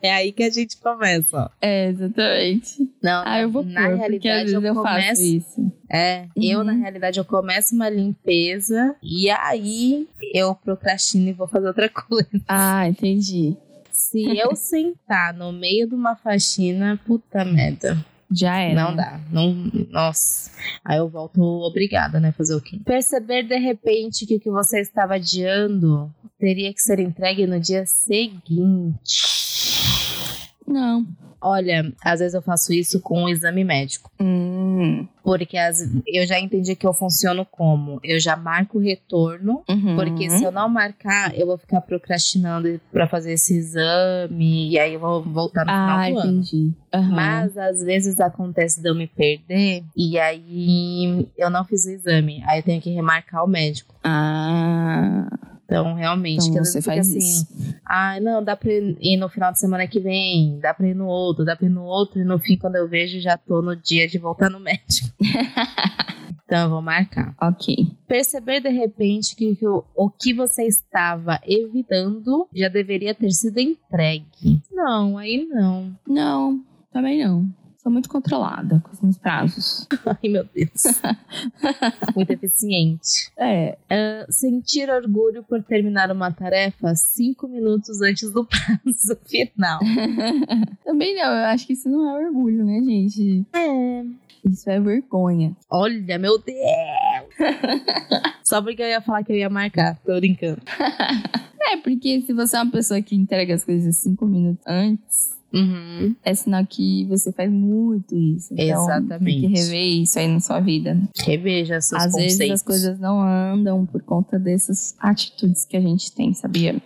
A: É aí que a gente começa, ó.
B: É, exatamente.
A: Não,
B: Ah, eu vou pôr,
A: Então, na
B: porque às
A: realidade
B: vezes eu,
A: começo
B: faço isso.
A: É, eu
B: Uhum.
A: na realidade eu começo uma limpeza e aí eu procrastino e vou fazer outra coisa.
B: Ah, entendi.
A: Se eu sentar no meio de uma faxina, puta merda,
B: Já era.
A: não dá, não, nossa. Aí eu volto obrigada, né, fazer o quê? Perceber de repente que o que você estava adiando teria que ser entregue no dia seguinte.
B: Não.
A: Olha, às vezes eu faço isso com um exame médico.
B: Hum.
A: Porque as, eu já entendi que eu funciono como? Eu já marco o retorno,
B: Uhum.
A: porque se eu não marcar, eu vou ficar procrastinando pra fazer esse exame, e aí eu vou voltar no
B: Ah,
A: final do ano.
B: entendi. Aham.
A: Mas às vezes acontece de eu me perder, e aí eu não fiz o exame, aí eu tenho que remarcar o médico.
B: Ah,
A: Então, realmente,
B: então
A: que às
B: você
A: vezes fica
B: faz
A: assim,
B: isso.
A: ah, não, dá pra ir no final de semana que vem, dá pra ir no outro, dá pra ir no outro, e no fim, quando eu vejo, já tô no dia de voltar no médico. então eu vou marcar.
B: Ok.
A: Perceber de repente que o, o que você estava evitando já deveria ter sido entregue. Não, aí não.
B: Não, também não. Sou muito controlada com os meus prazos.
A: Ai, meu Deus. Muito eficiente.
B: É.
A: Ah, sentir orgulho por terminar uma tarefa cinco minutos antes do prazo final.
B: Também não, eu acho que isso não é orgulho, né, gente?
A: É.
B: Isso é vergonha.
A: Olha, meu Deus! Só porque eu ia falar que eu ia marcar, tô brincando.
B: É, porque se você é uma pessoa que entrega as coisas cinco minutos antes,
A: Uhum.
B: é sinal que você faz muito isso. Então,
A: Exatamente.
B: Tem que rever isso aí na sua vida. né?
A: Reveja seus
B: Às
A: conceitos.
B: vezes as coisas não andam por conta dessas atitudes que a gente tem, sabia?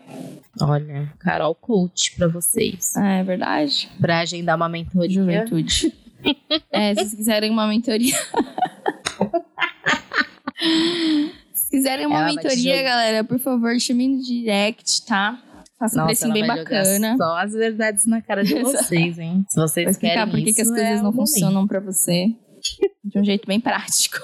A: Olha, Carol Coach pra vocês.
B: Ah, é verdade.
A: Pra agendar uma mentoria.
B: Juventude. é, se vocês quiserem uma mentoria. se quiserem uma
A: Ela vai te
B: mentoria,
A: jogar.
B: galera, por favor, chame no direct, tá? Faça um
A: Nossa,
B: precinho
A: ela
B: bem
A: vai jogar
B: bacana.
A: Só as verdades na cara de vocês, hein? Se vocês
B: Vou explicar
A: querem
B: por que
A: isso,
B: que as coisas
A: é
B: não
A: o momento.
B: funcionam pra você. De um jeito bem prático.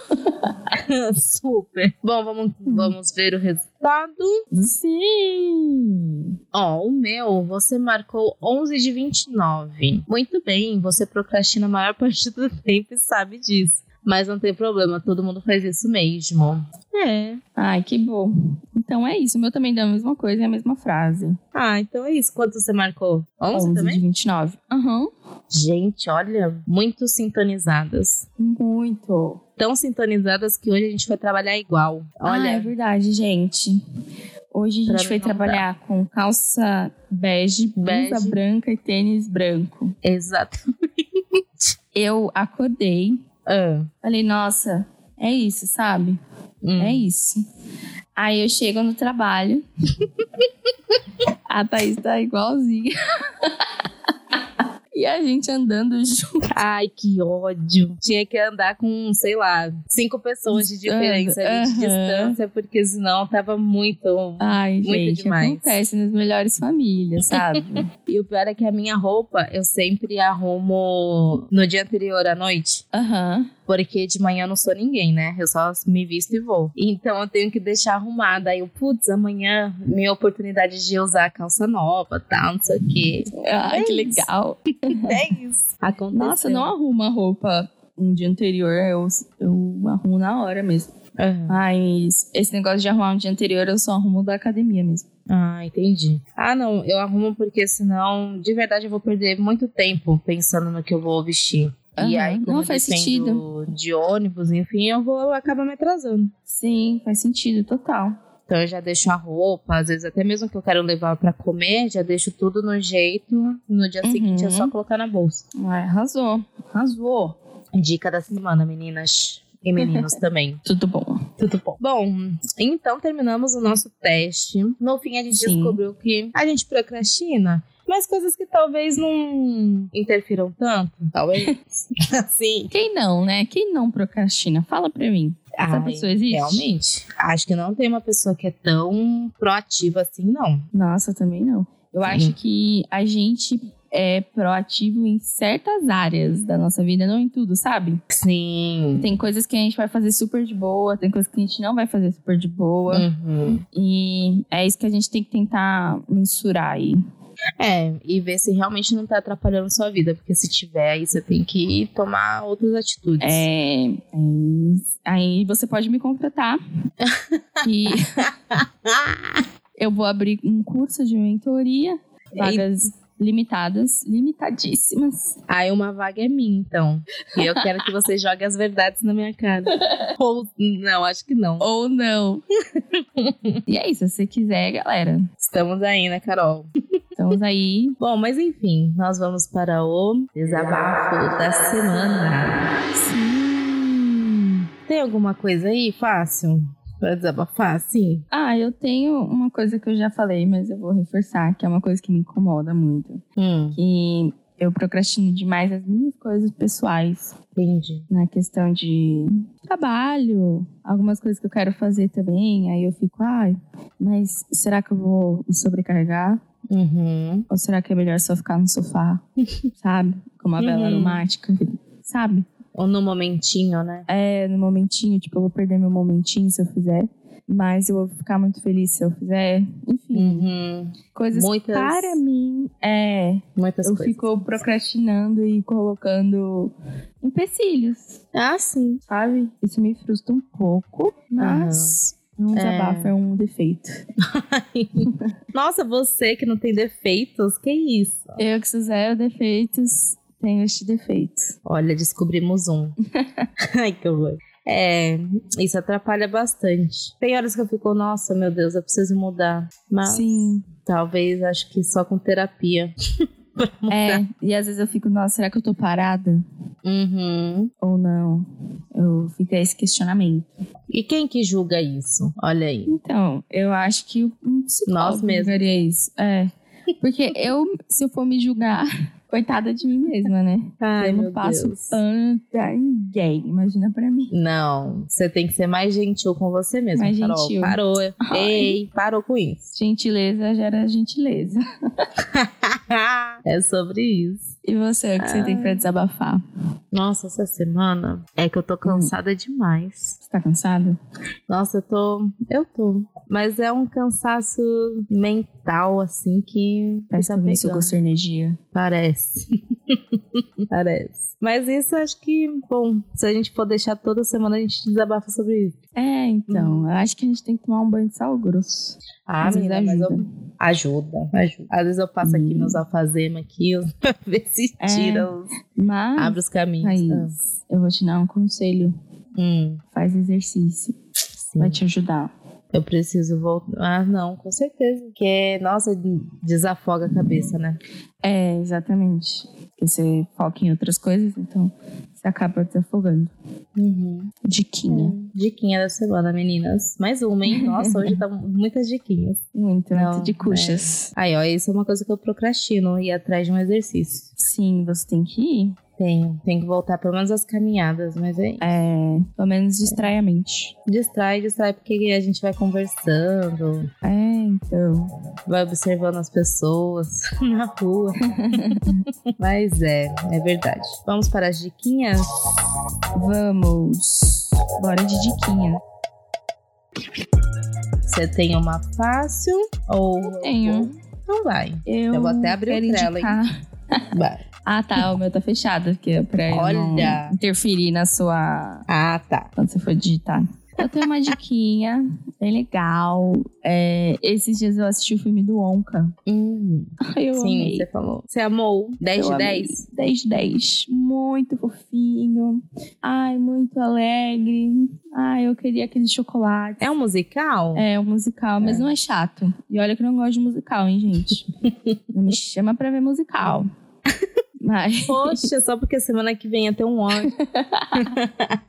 A: Super. Bom, vamos,
B: Uhum.
A: vamos ver o resultado.
B: Sim!
A: Ó, o meu, você marcou 11 de 29. Muito bem, você procrastina a maior parte do tempo e sabe disso. Mas não tem problema, todo mundo faz isso mesmo. É.
B: Ai, que bom. Então é isso. O meu também deu a mesma coisa e a mesma frase.
A: Ah, então é isso. Quanto você marcou? 11,
B: 11
A: também?
B: de 29. Aham.
A: Gente, olha, muito sintonizadas.
B: Muito.
A: Tão sintonizadas que hoje a gente vai trabalhar igual.
B: Olha, é
A: Olha,
B: verdade, gente. Hoje a
A: Pra
B: gente
A: mim
B: foi
A: não
B: trabalhar com calça bege,
A: Bege.
B: blusa branca e tênis branco.
A: exato.
B: Eu acordei,
A: Ah,
B: falei, nossa, é isso, sabe?
A: hum.
B: É isso. Aí eu chego no trabalho. a Thaís tá igualzinha. e a gente andando junto.
A: Ai, que ódio. Tinha que andar com, sei lá, cinco pessoas de diferença ali de
B: Aham.
A: distância, porque senão tava muito.
B: Ai,
A: Muito
B: gente,
A: demais.
B: acontece nas melhores famílias, sabe?
A: E o pior é que a minha roupa eu sempre arrumo no dia anterior à noite.
B: Aham.
A: Porque de manhã eu não sou ninguém, né? Eu só me visto e vou. Então eu tenho que deixar arrumada. Aí eu, putz, amanhã minha oportunidade de usar a calça nova, tal, não sei o quê.
B: Ai,
A: É
B: Ah,
A: isso.
B: que legal.
A: É isso. Aconteceu.
B: Nossa, não arruma roupa no dia anterior, eu, eu arrumo na hora mesmo.
A: Aham.
B: Mas esse negócio de arrumar no dia anterior, eu só arrumo da academia mesmo.
A: Ah, entendi. Ah, não, eu arrumo porque senão, de verdade, eu vou perder muito tempo pensando no que eu vou vestir. E
B: Aham.
A: aí, como
B: Não,
A: eu
B: faz
A: dependo
B: sentido.
A: de ônibus, enfim, eu vou acabar me atrasando.
B: Sim, faz sentido, total.
A: Então eu já deixo a roupa, às vezes até mesmo que eu quero levar pra comer, já deixo tudo no jeito. No dia
B: Uhum.
A: seguinte é só colocar na bolsa.
B: Ai, arrasou, arrasou.
A: Dica da semana, meninas e meninos também.
B: Tudo bom.
A: Tudo bom? Bom, então terminamos o nosso teste. No fim a gente
B: Sim.
A: descobriu que a gente procrastina, mas coisas que talvez não interfiram tanto, talvez. assim.
B: Quem não, né? Quem não procrastina? Fala pra mim. Essa
A: Ai,
B: pessoa existe?
A: Realmente, acho que não tem uma pessoa que é tão proativa assim, não.
B: Nossa, também não. Eu
A: Sim.
B: acho que a gente é proativo em certas áreas da nossa vida, não em tudo, sabe?
A: Sim.
B: Tem coisas que a gente vai fazer super de boa, tem coisas que a gente não vai fazer super de boa.
A: Uhum.
B: E é isso que a gente tem que tentar mensurar aí.
A: É, e ver se realmente não tá atrapalhando sua vida, porque se tiver, aí você tem que tomar outras atitudes.
B: É, aí- aí você pode me contratar. e eu vou abrir um curso de mentoria, vagas limitadas, limitadíssimas.
A: Aí uma vaga é minha, então. E eu quero que você jogue as verdades na minha cara. Ou não, acho que não.
B: Ou não. e é isso, se você quiser, galera.
A: Estamos aí, né, Carol?
B: Estamos aí.
A: Bom, mas enfim, nós vamos para o desabafo da semana.
B: Sim.
A: Tem alguma coisa aí fácil pra desabafar? Sim.
B: Ah, eu tenho uma coisa que eu já falei, mas eu vou reforçar, que é uma coisa que me incomoda muito.
A: Hum,
B: que eu procrastino demais as minhas coisas pessoais,
A: entendi.
B: na questão de trabalho, algumas coisas que eu quero fazer também, aí eu fico, ai, mas será que eu vou me sobrecarregar?
A: Uhum.
B: Ou será que é melhor só ficar no sofá, sabe? Com uma vela
A: Uhum.
B: aromática, sabe?
A: Ou no momentinho, né?
B: É, no momentinho, tipo, eu vou perder meu momentinho se eu fizer, mas eu vou ficar muito feliz se eu fizer, enfim,
A: Uhum.
B: coisas
A: Muitas-
B: para mim, é,
A: Muitas
B: eu
A: coisas.
B: fico procrastinando e colocando empecilhos,
A: Ah, sim.
B: sabe? Isso me frustra um pouco, mas é um desabafo, é. um defeito.
A: Nossa, você que não tem defeitos, que isso?
B: Eu que sou zero defeitos, tenho este defeito.
A: Olha, descobrimos um. Ai, que horror. É, isso atrapalha bastante. Tem horas que eu fico, nossa, meu Deus, eu preciso mudar. Mas
B: Sim.
A: talvez acho que só com terapia.
B: É, e às vezes eu fico, nossa, será que eu tô parada
A: Uhum.
B: ou não? Eu fico a esse questionamento.
A: E quem que julga isso? Olha aí.
B: Então, eu acho que um psicólogo
A: Nós mesmos.
B: julgaria isso. É. Porque eu, se eu for me julgar, coitada de mim mesma, né?
A: Ai,
B: eu
A: meu
B: não passo
A: Deus.
B: pano pra ninguém, imagina pra mim.
A: Não, você tem que ser mais gentil com você mesmo,
B: Mais
A: Carol.
B: gentil.
A: Parou.
B: Ai.
A: Ei, parou com isso.
B: Gentileza gera gentileza. Ah.
A: é sobre isso.
B: E você, o que você tem pra desabafar?
A: Nossa, essa semana é que eu tô cansada demais.
B: Você tá cansado?
A: Nossa, eu tô. Eu tô. Mas é um cansaço mental, assim, que.
B: Parece
A: tá
B: que alguém
A: pegando.
B: sugou sua energia.
A: Parece. Parece. Mas isso acho que, bom, se a gente for deixar toda semana, a gente desabafa sobre isso.
B: É,
A: Hum.
B: então. Eu acho que a gente tem que tomar um banho de sal grosso.
A: Ah,
B: Às vezes
A: menina, mas eu-
B: ajuda.
A: ajuda, ajuda. Às vezes eu passo aqui
B: Hum.
A: meus alfazema aqui, eu- pra ver se
B: É. Ah,
A: tira, os-
B: Mas,
A: abre os caminhos. Ah,
B: Thaís, eu vou te dar um conselho.
A: hum,
B: Faz exercício.
A: sim.
B: Vai te ajudar.
A: Eu preciso voltar. Ah, não, com certeza. Porque, nossa, desafoga a cabeça, né?
B: É, exatamente. Porque você foca em outras coisas, então você acaba desafogando.
A: Uhum.
B: Diquinha.
A: Diquinha da semana, meninas. Mais uma, hein? Nossa, hoje tá muitas diquinhas.
B: Muito,
A: É. Não,
B: muito de cuxas.
A: Aí, ó, isso é uma coisa que eu procrastino, ir atrás de um exercício.
B: Sim, você tem que ir.
A: Tenho, tenho que voltar pelo menos às caminhadas, mas é
B: É, pelo menos distrai a mente.
A: distrai, distrai, porque a gente vai conversando,
B: É, então.
A: vai observando as pessoas na rua. mas é, é verdade. Vamos para as diquinhas?
B: Vamos. Bora de diquinha.
A: Você tem uma fácil ou
B: Tenho.
A: não vai?
B: Eu,
A: Eu vou até abrir o
B: quero
A: Trello, hein?
B: indicar-
A: Vai.
B: Ah, tá. O meu tá fechado, porque é pra eu
A: Olha.
B: não interferir na sua.
A: Ah, tá.
B: Quando você for digitar. Eu tenho uma diquinha bem legal. É, esses dias eu assisti o filme do Onca.
A: Hum,
B: Ai, Eu
A: sim,
B: amei.
A: você falou. Você amou? 10
B: Eu
A: de
B: amei.
A: 10?
B: 10 de 10. Muito fofinho. Ai, muito alegre. Ai, eu queria aquele chocolate.
A: É um musical?
B: É, um musical, mas não é chato. E olha que eu não gosto de musical, hein, gente? não me chama pra ver musical. Mas
A: Poxa, só porque semana que vem é ter um ano.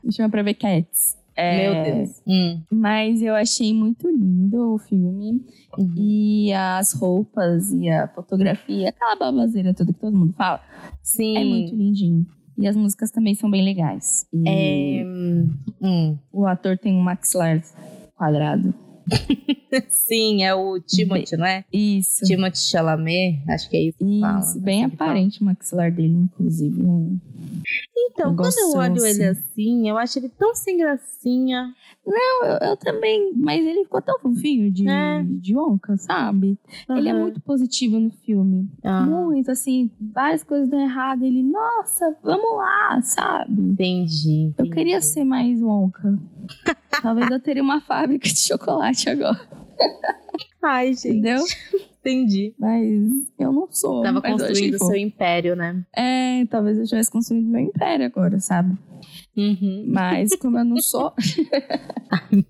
B: me chama pra ver Cats. É,
A: Meu Deus. Hum.
B: Mas eu achei muito lindo o filme.
A: Uhum.
B: E as roupas e a fotografia, aquela babazeira toda que todo mundo fala,
A: Sim.
B: é muito lindinho. E as músicas também são bem legais. E-
A: É, hum.
B: O ator tem um maxilar quadrado.
A: Sim, é o Timothy, não é?
B: Isso.
A: Timothy Chalamet, acho que é isso. que fala,
B: Isso, bem
A: assim que fala.
B: aparente o maxilar dele, inclusive. Um-
A: Então, quando eu olho
B: Gostoso.
A: ele assim, eu acho ele tão sem gracinha.
B: Eu, eu também, mas ele ficou tão fofinho de,
A: É.
B: de onca, sabe? Ele é
A: Aham.
B: muito positivo no filme.
A: Ah,
B: Muito, assim, várias coisas dão errado. Ele, nossa, vamos lá, sabe?
A: entendi,
B: Eu
A: entendi.
B: queria ser mais onca. Talvez eu teria uma fábrica de chocolate agora,
A: Ai, gente,
B: entendeu?
A: entendi.
B: Mas eu não sou.
A: Tava
B: mas eu achei
A: construindo
B: fofo.
A: seu império, né?
B: É, talvez eu tivesse construído meu império agora, sabe?
A: Uhum.
B: Mas como eu não sou,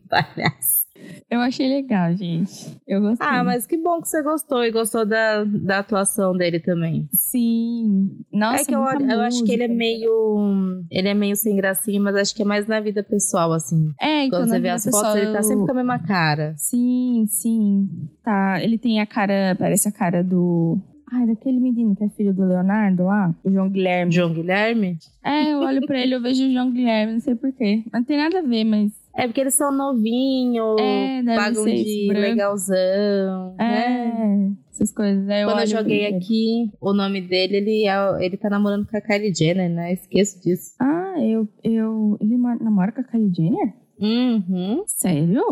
A: Palhaço.
B: eu achei legal, gente. Eu gostei.
A: Ah, mas que bom que você gostou e gostou da, da atuação dele também.
B: Sim. Nossa,
A: é que eu,
B: muita
A: eu acho que ele é
B: música.
A: meio. Ele é meio sem gracinha, mas acho que é mais na vida pessoal, assim.
B: É, então,
A: Quando
B: na
A: você vê
B: vida
A: as
B: pessoal,
A: fotos, ele tá
B: eu-
A: sempre com a mesma cara.
B: Sim, sim. Tá, ele tem a cara, parece a cara do... Ai, daquele menino que é filho do Leonardo lá, o João Guilherme.
A: João Guilherme?
B: É, eu olho pra ele, eu vejo o João Guilherme, não sei porquê. Não tem nada a ver, mas...
A: É porque eles são novinhos,
B: É, deve
A: pagam
B: ser
A: de
B: esse branco.
A: legalzão. né?
B: É, essas coisas. Aí
A: Quando
B: olho
A: eu joguei
B: pra ele.
A: aqui, o nome dele, ele, é- ele tá namorando com a Kylie Jenner, né? Esqueço disso.
B: Ah, eu... eu... Ele ma- namora com a Kylie Jenner?
A: Uhum.
B: Sério?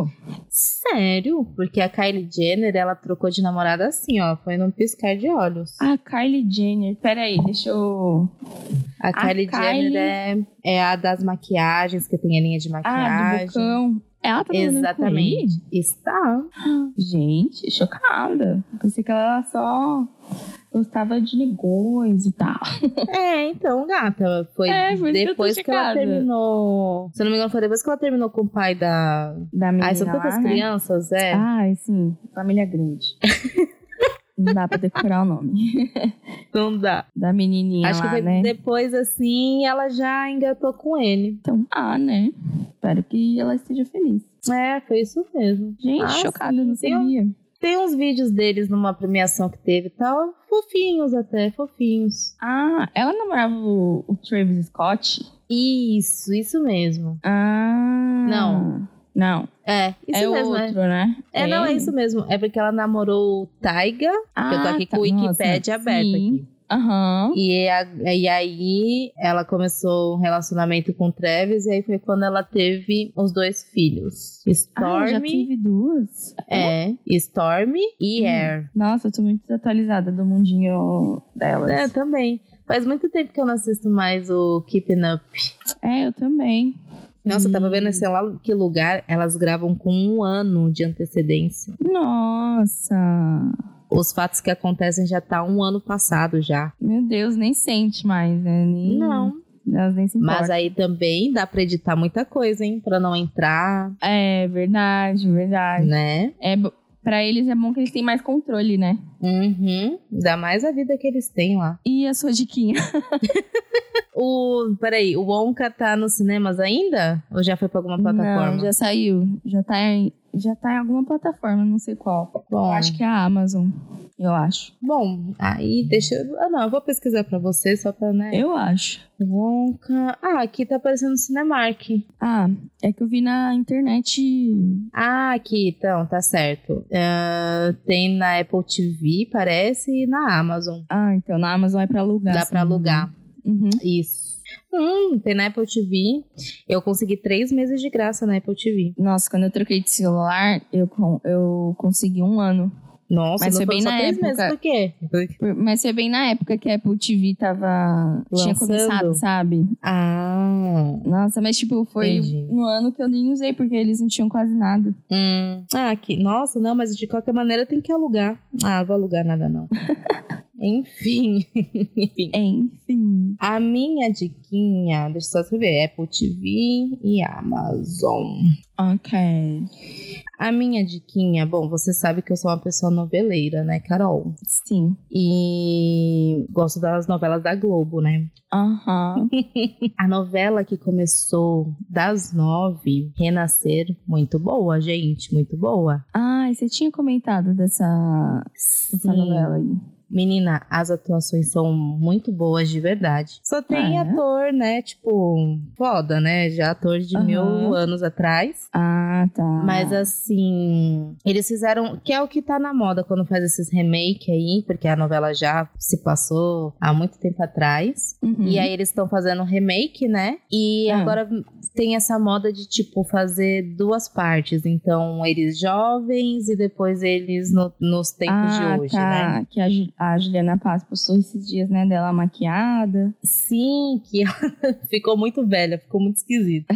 A: Sério? Porque a Kylie Jenner, ela trocou de namorada assim, ó. Foi num piscar de olhos.
B: Ah, Kylie Jenner. Peraí, deixa eu.
A: A, Kylie
B: Kylie-
A: Jenner é, é a das maquiagens, que tem a linha de
B: Ah, do
A: maquiagem.
B: bocão. Ela tá namorando
A: Exatamente.
B: com
A: Está.
B: ele? Gente, chocada. Pensei que ela só gostava de negócios e tal.
A: É, então, gata, foi
B: É, por isso que eu tô
A: depois que, ela
B: chocada.
A: terminou. Se eu não me engano, foi depois que ela terminou com o pai da.
B: Da menina
A: Ai, são
B: lá,
A: tantas
B: né?
A: crianças, é.
B: Ai, sim. Família grande. Não dá pra decorar o nome.
A: Não Então dá.
B: Da menininha
A: Acho
B: lá,
A: que foi
B: né?
A: depois, assim, ela já engatou com ele.
B: Então, ah, né? Espero que ela esteja feliz.
A: É, foi isso mesmo.
B: Gente,
A: Ah,
B: chocada,
A: sim,
B: não
A: tem um-
B: sabia.
A: Tem uns vídeos deles numa premiação que teve e tal. Fofinhos até, fofinhos.
B: Ah, ela namorava o, o Travis Scott?
A: Isso, isso mesmo.
B: Ah.
A: Não.
B: Não.
A: É, isso
B: é
A: mesmo, é.
B: outro, né?
A: É, não, é isso mesmo. É porque ela namorou o Taiga. que
B: Ah,
A: eu tô aqui
B: tá.
A: com o Wikipedia aberto aqui.
B: Aham.
A: E, é a- e aí ela começou um relacionamento com o Travis, e aí foi quando ela teve os dois filhos.
B: Ah, eu já
A: Stormy.
B: tive duas.
A: é, Stormy e
B: Hum.
A: Air.
B: Nossa, eu tô muito desatualizada do mundinho delas.
A: É, também. Faz muito tempo que eu não assisto mais o Keeping Up.
B: É, eu também.
A: Nossa, eu tava
B: Hum.
A: vendo sei lá que lugar elas gravam com um ano de antecedência.
B: Nossa!
A: Os fatos que acontecem já tá um ano passado já.
B: Meu Deus, nem sente mais, né? Nem-
A: Não.
B: Elas nem se importam.
A: Mas aí também dá pra editar muita coisa, hein? Pra não entrar,
B: É verdade, verdade.
A: né?
B: É, bo- pra eles é bom que eles têm mais controle, né?
A: Uhum. Ainda mais a vida que eles têm lá.
B: E a sua diquinha?
A: O. Peraí, o Wonka tá nos cinemas ainda? Ou já foi pra alguma plataforma?
B: Não, já saiu. Já tá, em, já tá em alguma plataforma, não sei qual.
A: Bom,
B: Eu acho que é a Amazon. Eu acho.
A: bom, aí deixa eu. Ah, não, eu vou pesquisar pra você só pra, né?
B: Eu acho.
A: Wonka. Ah, aqui tá aparecendo o Cinemark.
B: Ah, é que eu vi na internet.
A: Ah, aqui, então, tá certo. Ah, tem na Apple TV, parece, e na Amazon.
B: Ah, então na Amazon é pra alugar.
A: Dá
B: se
A: pra
B: não me
A: alugar.
B: engano. Uhum.
A: Isso. Hum, tem na Apple TV. Eu consegui três meses de graça na Apple TV.
B: Nossa, quando eu troquei de celular, eu, con- eu consegui um ano.
A: Nossa,
B: Mas
A: não foram
B: foi é bem
A: só
B: na
A: três
B: época.
A: meses, por quê?
B: Por- Mas foi bem na época que a Apple TV tava. Tinha
A: Lançando.
B: começado, sabe?
A: Ah.
B: Nossa, mas tipo, foi
A: Entendi.
B: no ano que eu nem usei, porque eles não tinham quase nada.
A: Hum. Ah, aqui. Nossa, não, mas de qualquer maneira tem que alugar. Ah, vou alugar nada, não. Enfim. Enfim.
B: Enfim.
A: A minha diquinha, deixa eu só escrever, Apple TV e Amazon.
B: Ok.
A: A minha diquinha, bom, você sabe que eu sou uma pessoa noveleira, né, Carol?
B: Sim.
A: E gosto das novelas da Globo, né?
B: Aham.
A: A novela que começou das nove, Renascer, muito boa, gente, muito boa.
B: Ai, você tinha comentado dessa, dessa novela aí.
A: Menina, as atuações são muito boas de verdade. Só tem
B: Ah, é?
A: ator, né? Tipo, foda, né? Já ator de
B: Aham.
A: mil anos atrás.
B: Ah, tá.
A: Mas assim, eles fizeram. Que é o que tá na moda quando faz esses remake aí, porque a novela já se passou há muito tempo atrás.
B: Uhum.
A: E aí eles estão fazendo um remake, né? E
B: Ah.
A: agora tem essa moda de, tipo, fazer duas partes. Então, eles jovens e depois eles no- nos tempos
B: ah,
A: de hoje, né?
B: tá. Que a, Ju- a Juliana Paz postou esses dias, né, dela maquiada.
A: Sim, que ela ficou muito velha, ficou muito esquisita.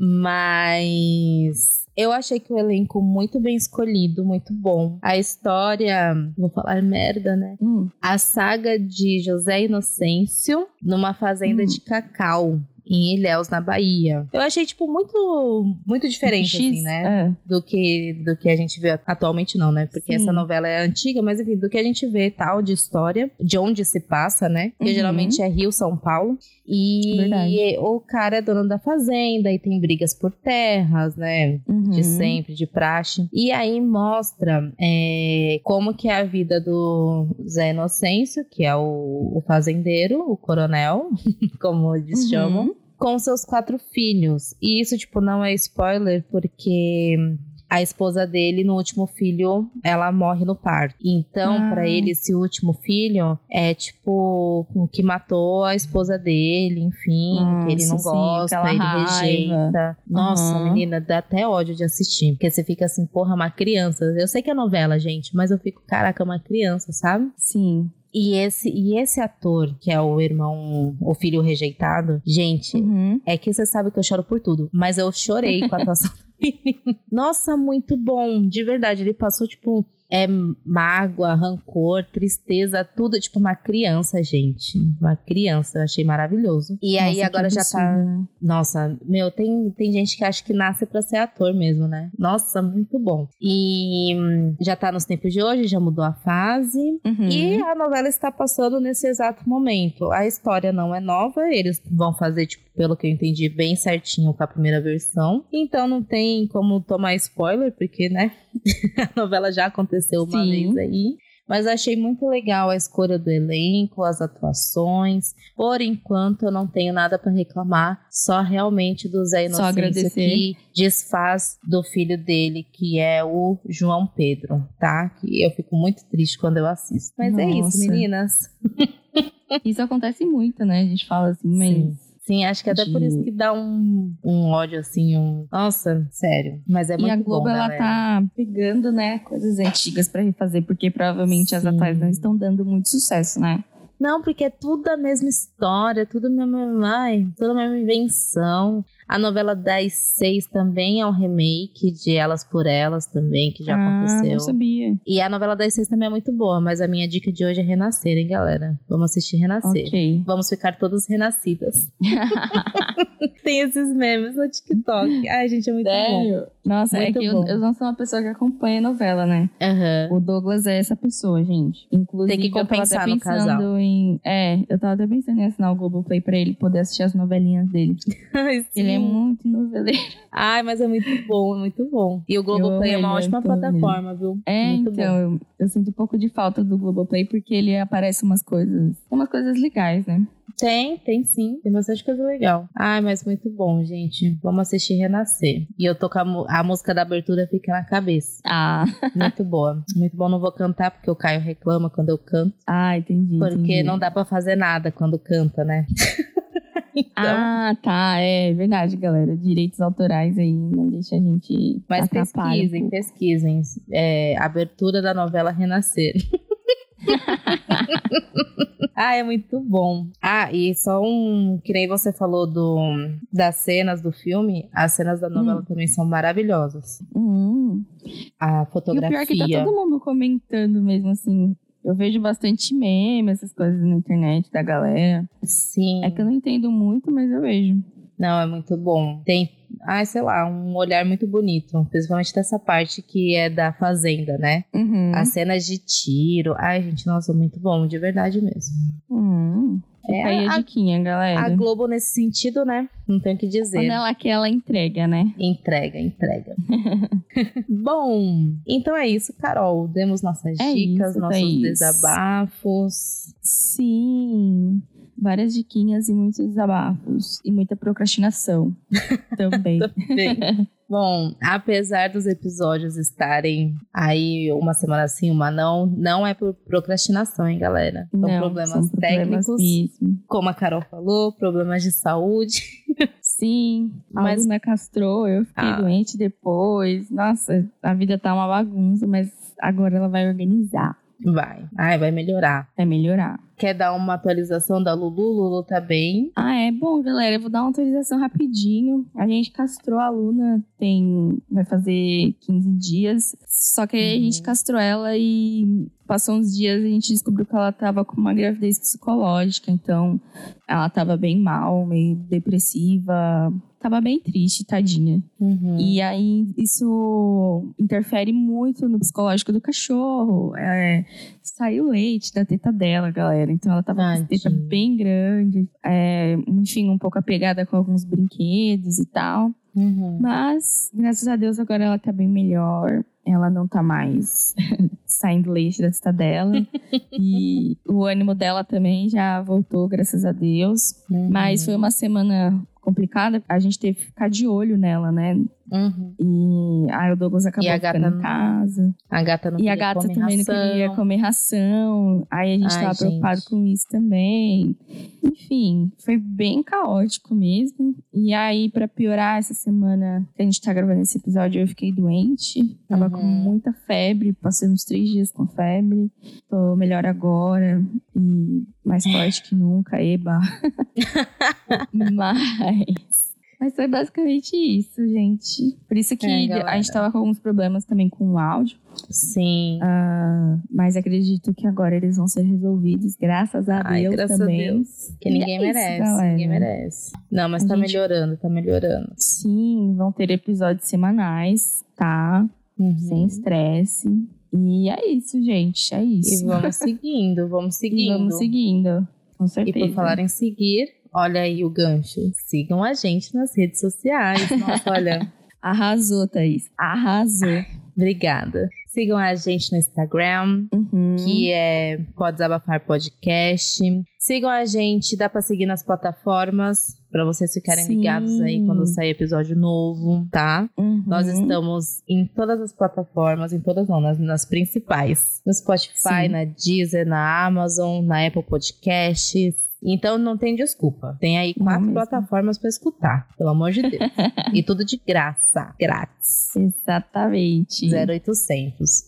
A: Mas eu achei que o elenco muito bem escolhido, muito bom. A história, vou falar merda, né?
B: Hum.
A: A saga de José Inocêncio numa fazenda
B: Hum.
A: de cacau. Em Ilhéus, na Bahia. Eu achei, tipo, muito muito diferente,
B: X,
A: assim, né?
B: é.
A: Do que, do que a gente vê atualmente, não, né? Porque
B: Sim.
A: essa novela é antiga, mas enfim, do que a gente vê e tal de história, de onde se passa, né? Porque
B: Uhum.
A: geralmente é Rio, São Paulo. E
B: Verdade.
A: o cara é dono da fazenda e tem brigas por terras, né?
B: Uhum.
A: de sempre, de praxe. E aí mostra é, como que é a vida do Zé Inocêncio, que é o, o fazendeiro, o coronel, como eles
B: Uhum.
A: chamam, com seus quatro filhos. E isso, tipo, não é spoiler, porque a esposa dele, no último filho, ela morre no parto. Então,
B: Ah.
A: pra para ele, esse último filho é, tipo, o que matou a esposa dele, enfim, que ele
B: Nossa,
A: não
B: sim,
A: gosta,
B: aquela
A: ele
B: raiva.
A: rejeita. Nossa,
B: Aham.
A: menina, dá até ódio de assistir. Porque você fica assim, porra, uma criança. Eu sei que é novela, gente, mas eu fico, caraca, é uma criança, sabe?
B: Sim.
A: E esse, e esse ator, que é o irmão, o filho rejeitado, gente,
B: Uhum.
A: é que você sabe que eu choro por tudo, mas eu chorei com a atuação dele. Nossa, muito bom, de verdade. Ele passou, tipo, é, mágoa, rancor, tristeza, tudo. Tipo, uma criança, gente. Uma criança, eu achei maravilhoso. E aí
B: Nossa,
A: agora
B: que
A: já tá.
B: absurdo, né?
A: Nossa, meu, tem, tem gente que acha que nasce pra ser ator mesmo, né? Nossa, muito bom. E hum, já tá nos tempos de hoje, já mudou a fase.
B: Uhum.
A: E a novela está passando nesse exato momento. A história não é nova, eles vão fazer, tipo, pelo que eu entendi, bem certinho com a primeira versão. Então não tem como tomar spoiler, porque, né? a novela já aconteceu uma
B: Sim.
A: vez aí. Mas achei muito legal a escolha do elenco, as atuações. Por enquanto, eu não tenho nada para reclamar, só realmente do Zé
B: Só
A: Inocêncio
B: agradecer.
A: que desfaz do filho dele, que é o João Pedro, tá? Que eu fico muito triste quando eu assisto. Mas é isso,
B: Nossa.
A: meninas.
B: Isso acontece muito, né? A gente fala assim, mas.
A: Sim. Sim, acho que é até por
B: De-
A: isso que dá um, um ódio, assim, um... Nossa, sério. Mas é
B: e
A: muito
B: a Globo,
A: bom,
B: ela
A: galera.
B: tá pegando, né, coisas antigas pra refazer, porque provavelmente as
A: Sim.
B: atuais não estão dando muito sucesso, né?
A: Não, porque é tudo a mesma história, tudo a mesma, ai, tudo a mesma invenção. A novela 106 também é um remake de Elas por Elas também, que já
B: Ah, não
A: aconteceu.
B: sabia.
A: E a novela 106 também é muito boa, mas a minha dica de hoje é Renascer, hein, galera? Vamos assistir Renascer.
B: Ok.
A: Vamos ficar todas renascidas. Tem esses memes no TikTok. Ai, gente, é muito bom.
B: Sério? Nossa,
A: Muito
B: é que eu,
A: bom.
B: eu não sou uma pessoa que acompanha novela, né?
A: Aham.
B: O Douglas é essa pessoa, gente. Inclusive,
A: Tem que compensar
B: eu
A: no
B: tava até pensando
A: casal.
B: em. É, eu tava até pensando em assinar o Globoplay pra ele poder assistir as novelinhas dele.
A: Ai, sim.
B: Ele é muito noveleiro.
A: Ai, mas é muito bom, é muito bom. E o Globoplay é
B: amo
A: uma
B: ele,
A: ótima
B: eu tô nele.
A: plataforma, viu?
B: É,
A: muito
B: então, eu, eu sinto um pouco de falta do Globoplay porque ele aparece umas coisas. Umas coisas legais, né?
A: Tem, tem sim. Tem bastante coisa legal. Ai, mas muito bom, gente. Vamos assistir Renascer. E eu tô com a, mu- a música da abertura fica na cabeça.
B: Ah,
A: Muito boa. Muito bom, não vou cantar porque o Caio reclama quando eu canto.
B: ah entendi.
A: Porque
B: entendi.
A: não dá pra fazer nada quando canta, né? então.
B: Ah, tá, é verdade, galera. Direitos autorais aí não deixa a gente.
A: Mas
B: atrapalha. um
A: pesquisem, pesquisem. É, abertura da novela Renascer. ah, é muito bom. Ah, e só um. Que nem você falou do, das cenas do filme, as cenas da novela também são maravilhosas.
B: Hum.
A: A
B: E o
A: fotografia.
B: pior é que tá todo mundo comentando mesmo, assim. Eu vejo bastante meme, essas coisas na internet da galera.
A: Sim.
B: É que eu não entendo muito, mas eu vejo.
A: Não, é muito bom. Tem, ah, sei lá, um olhar muito bonito. Principalmente dessa parte que é da fazenda, né?
B: Uhum.
A: As cenas de tiro. Ai, gente, nossa, muito bom, de verdade mesmo.
B: Hum.
A: É,
B: Fica aí a,
A: a-
B: diquinha,
A: A
B: galera.
A: Globo nesse sentido, né? Não tem o que dizer.
B: Quando ela quer, ela entrega, né?
A: Entrega, entrega. Bom, então é isso, Carol. Demos nossas
B: É
A: dicas,
B: isso,
A: nossos
B: Thaís.
A: desabafos.
B: Sim. Várias diquinhas e muitos desabafos. E muita procrastinação também.
A: Bem, Bom, apesar dos episódios estarem aí uma semana sim, uma não, não é por procrastinação, hein, galera? São
B: Não,
A: problemas
B: são problemas
A: técnicos,
B: mesmo.
A: como a Carol falou, problemas de saúde.
B: Sim, a
A: Mas-
B: aluna castrou, eu fiquei
A: Ah.
B: doente depois. Nossa, a vida tá uma bagunça, mas agora ela vai organizar,
A: Vai, ai, vai melhorar.
B: vai melhorar.
A: Quer dar uma atualização da Lulu? Lulu tá bem.
B: Ah, é bom, galera, eu vou dar uma autorização rapidinho. A gente castrou a aluna, tem vai fazer 15 dias. Só que aí a
A: Uhum.
B: gente castrou ela e passou uns dias a gente descobriu que ela tava com uma gravidez psicológica, então ela tava bem mal, meio depressiva, tava bem triste, tadinha.
A: Uhum.
B: E aí isso interfere muito no psicológico do cachorro. É, saiu leite da teta dela, galera. Então ela tava com a teta
A: Tadinho.
B: bem grande. É, enfim, um pouco apegada com alguns brinquedos e tal.
A: Uhum.
B: Mas, graças a Deus, agora ela tá bem melhor. Ela não tá mais saindo leite da teta dela. e o ânimo dela também já voltou, graças a Deus.
A: Uhum.
B: Mas foi uma semana complicada. A gente teve que ficar de olho nela, né?
A: Uhum.
B: E aí o Douglas acabou
A: a
B: ficando
A: gata
B: em
A: não-
B: casa.
A: A gata não
B: E
A: queria
B: a gata
A: comer
B: também
A: ração.
B: não queria comer ração. Aí a gente
A: Ai,
B: tava
A: gente.
B: preocupado com isso também. Enfim, foi bem caótico mesmo. E aí, pra piorar, essa semana que a gente tá gravando esse episódio, eu fiquei doente. Tava com
A: Uhum.
B: muita febre. Passei uns três dias com febre. Tô melhor agora. E mais forte que nunca, eba. Mas. Mas foi basicamente isso, gente. Por isso que
A: É,
B: a
A: galera.
B: gente tava com alguns problemas também com o áudio.
A: Sim.
B: Ah, mas acredito que agora eles vão ser resolvidos, graças a
A: Ai,
B: Deus
A: graças
B: também.
A: a Deus. Que
B: E
A: ninguém
B: é isso,
A: merece.
B: galera.
A: ninguém merece. Não, mas
B: A
A: tá
B: gente-
A: melhorando, tá melhorando.
B: Sim, vão ter episódios semanais, tá?
A: Uhum.
B: Sem estresse. E é isso, gente. É
A: E
B: isso.
A: vamos seguindo, vamos seguindo.
B: E vamos seguindo. Com
A: E
B: certeza.
A: por falar em seguir, olha aí o gancho. Sigam a gente nas redes sociais. Nossa, olha,
B: Arrasou, Thaís. Arrasou.
A: obrigada. Sigam a gente no Instagram,
B: Uhum.
A: que é Pode Desabafar Podcast. Sigam a gente, dá pra seguir nas plataformas, pra vocês ficarem
B: Sim.
A: ligados aí quando sair episódio novo, tá?
B: Uhum.
A: Nós estamos em todas as plataformas, em todas não, nas, nas principais. No Spotify,
B: Sim.
A: na Deezer, na Amazon, na Apple Podcast, Então não tem desculpa. Tem aí quatro
B: mesmo.
A: plataformas pra escutar, pelo amor de Deus. e tudo de graça, grátis.
B: Exatamente.
A: 0800.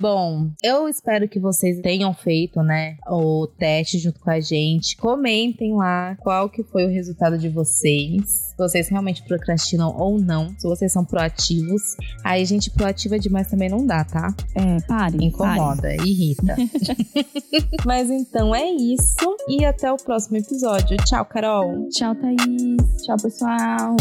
A: Bom, eu espero que vocês tenham feito, né, o teste junto com a gente. Comentem lá qual que foi o resultado de vocês. Se vocês realmente procrastinam ou não. Se vocês são proativos. Aí, gente, proativa demais também não dá, tá?
B: É, pare.
A: Incomoda, irrita. Mas então é isso. E até o próximo episódio. Tchau, Carol.
B: Pare. Tchau, Thaís. Tchau, pessoal.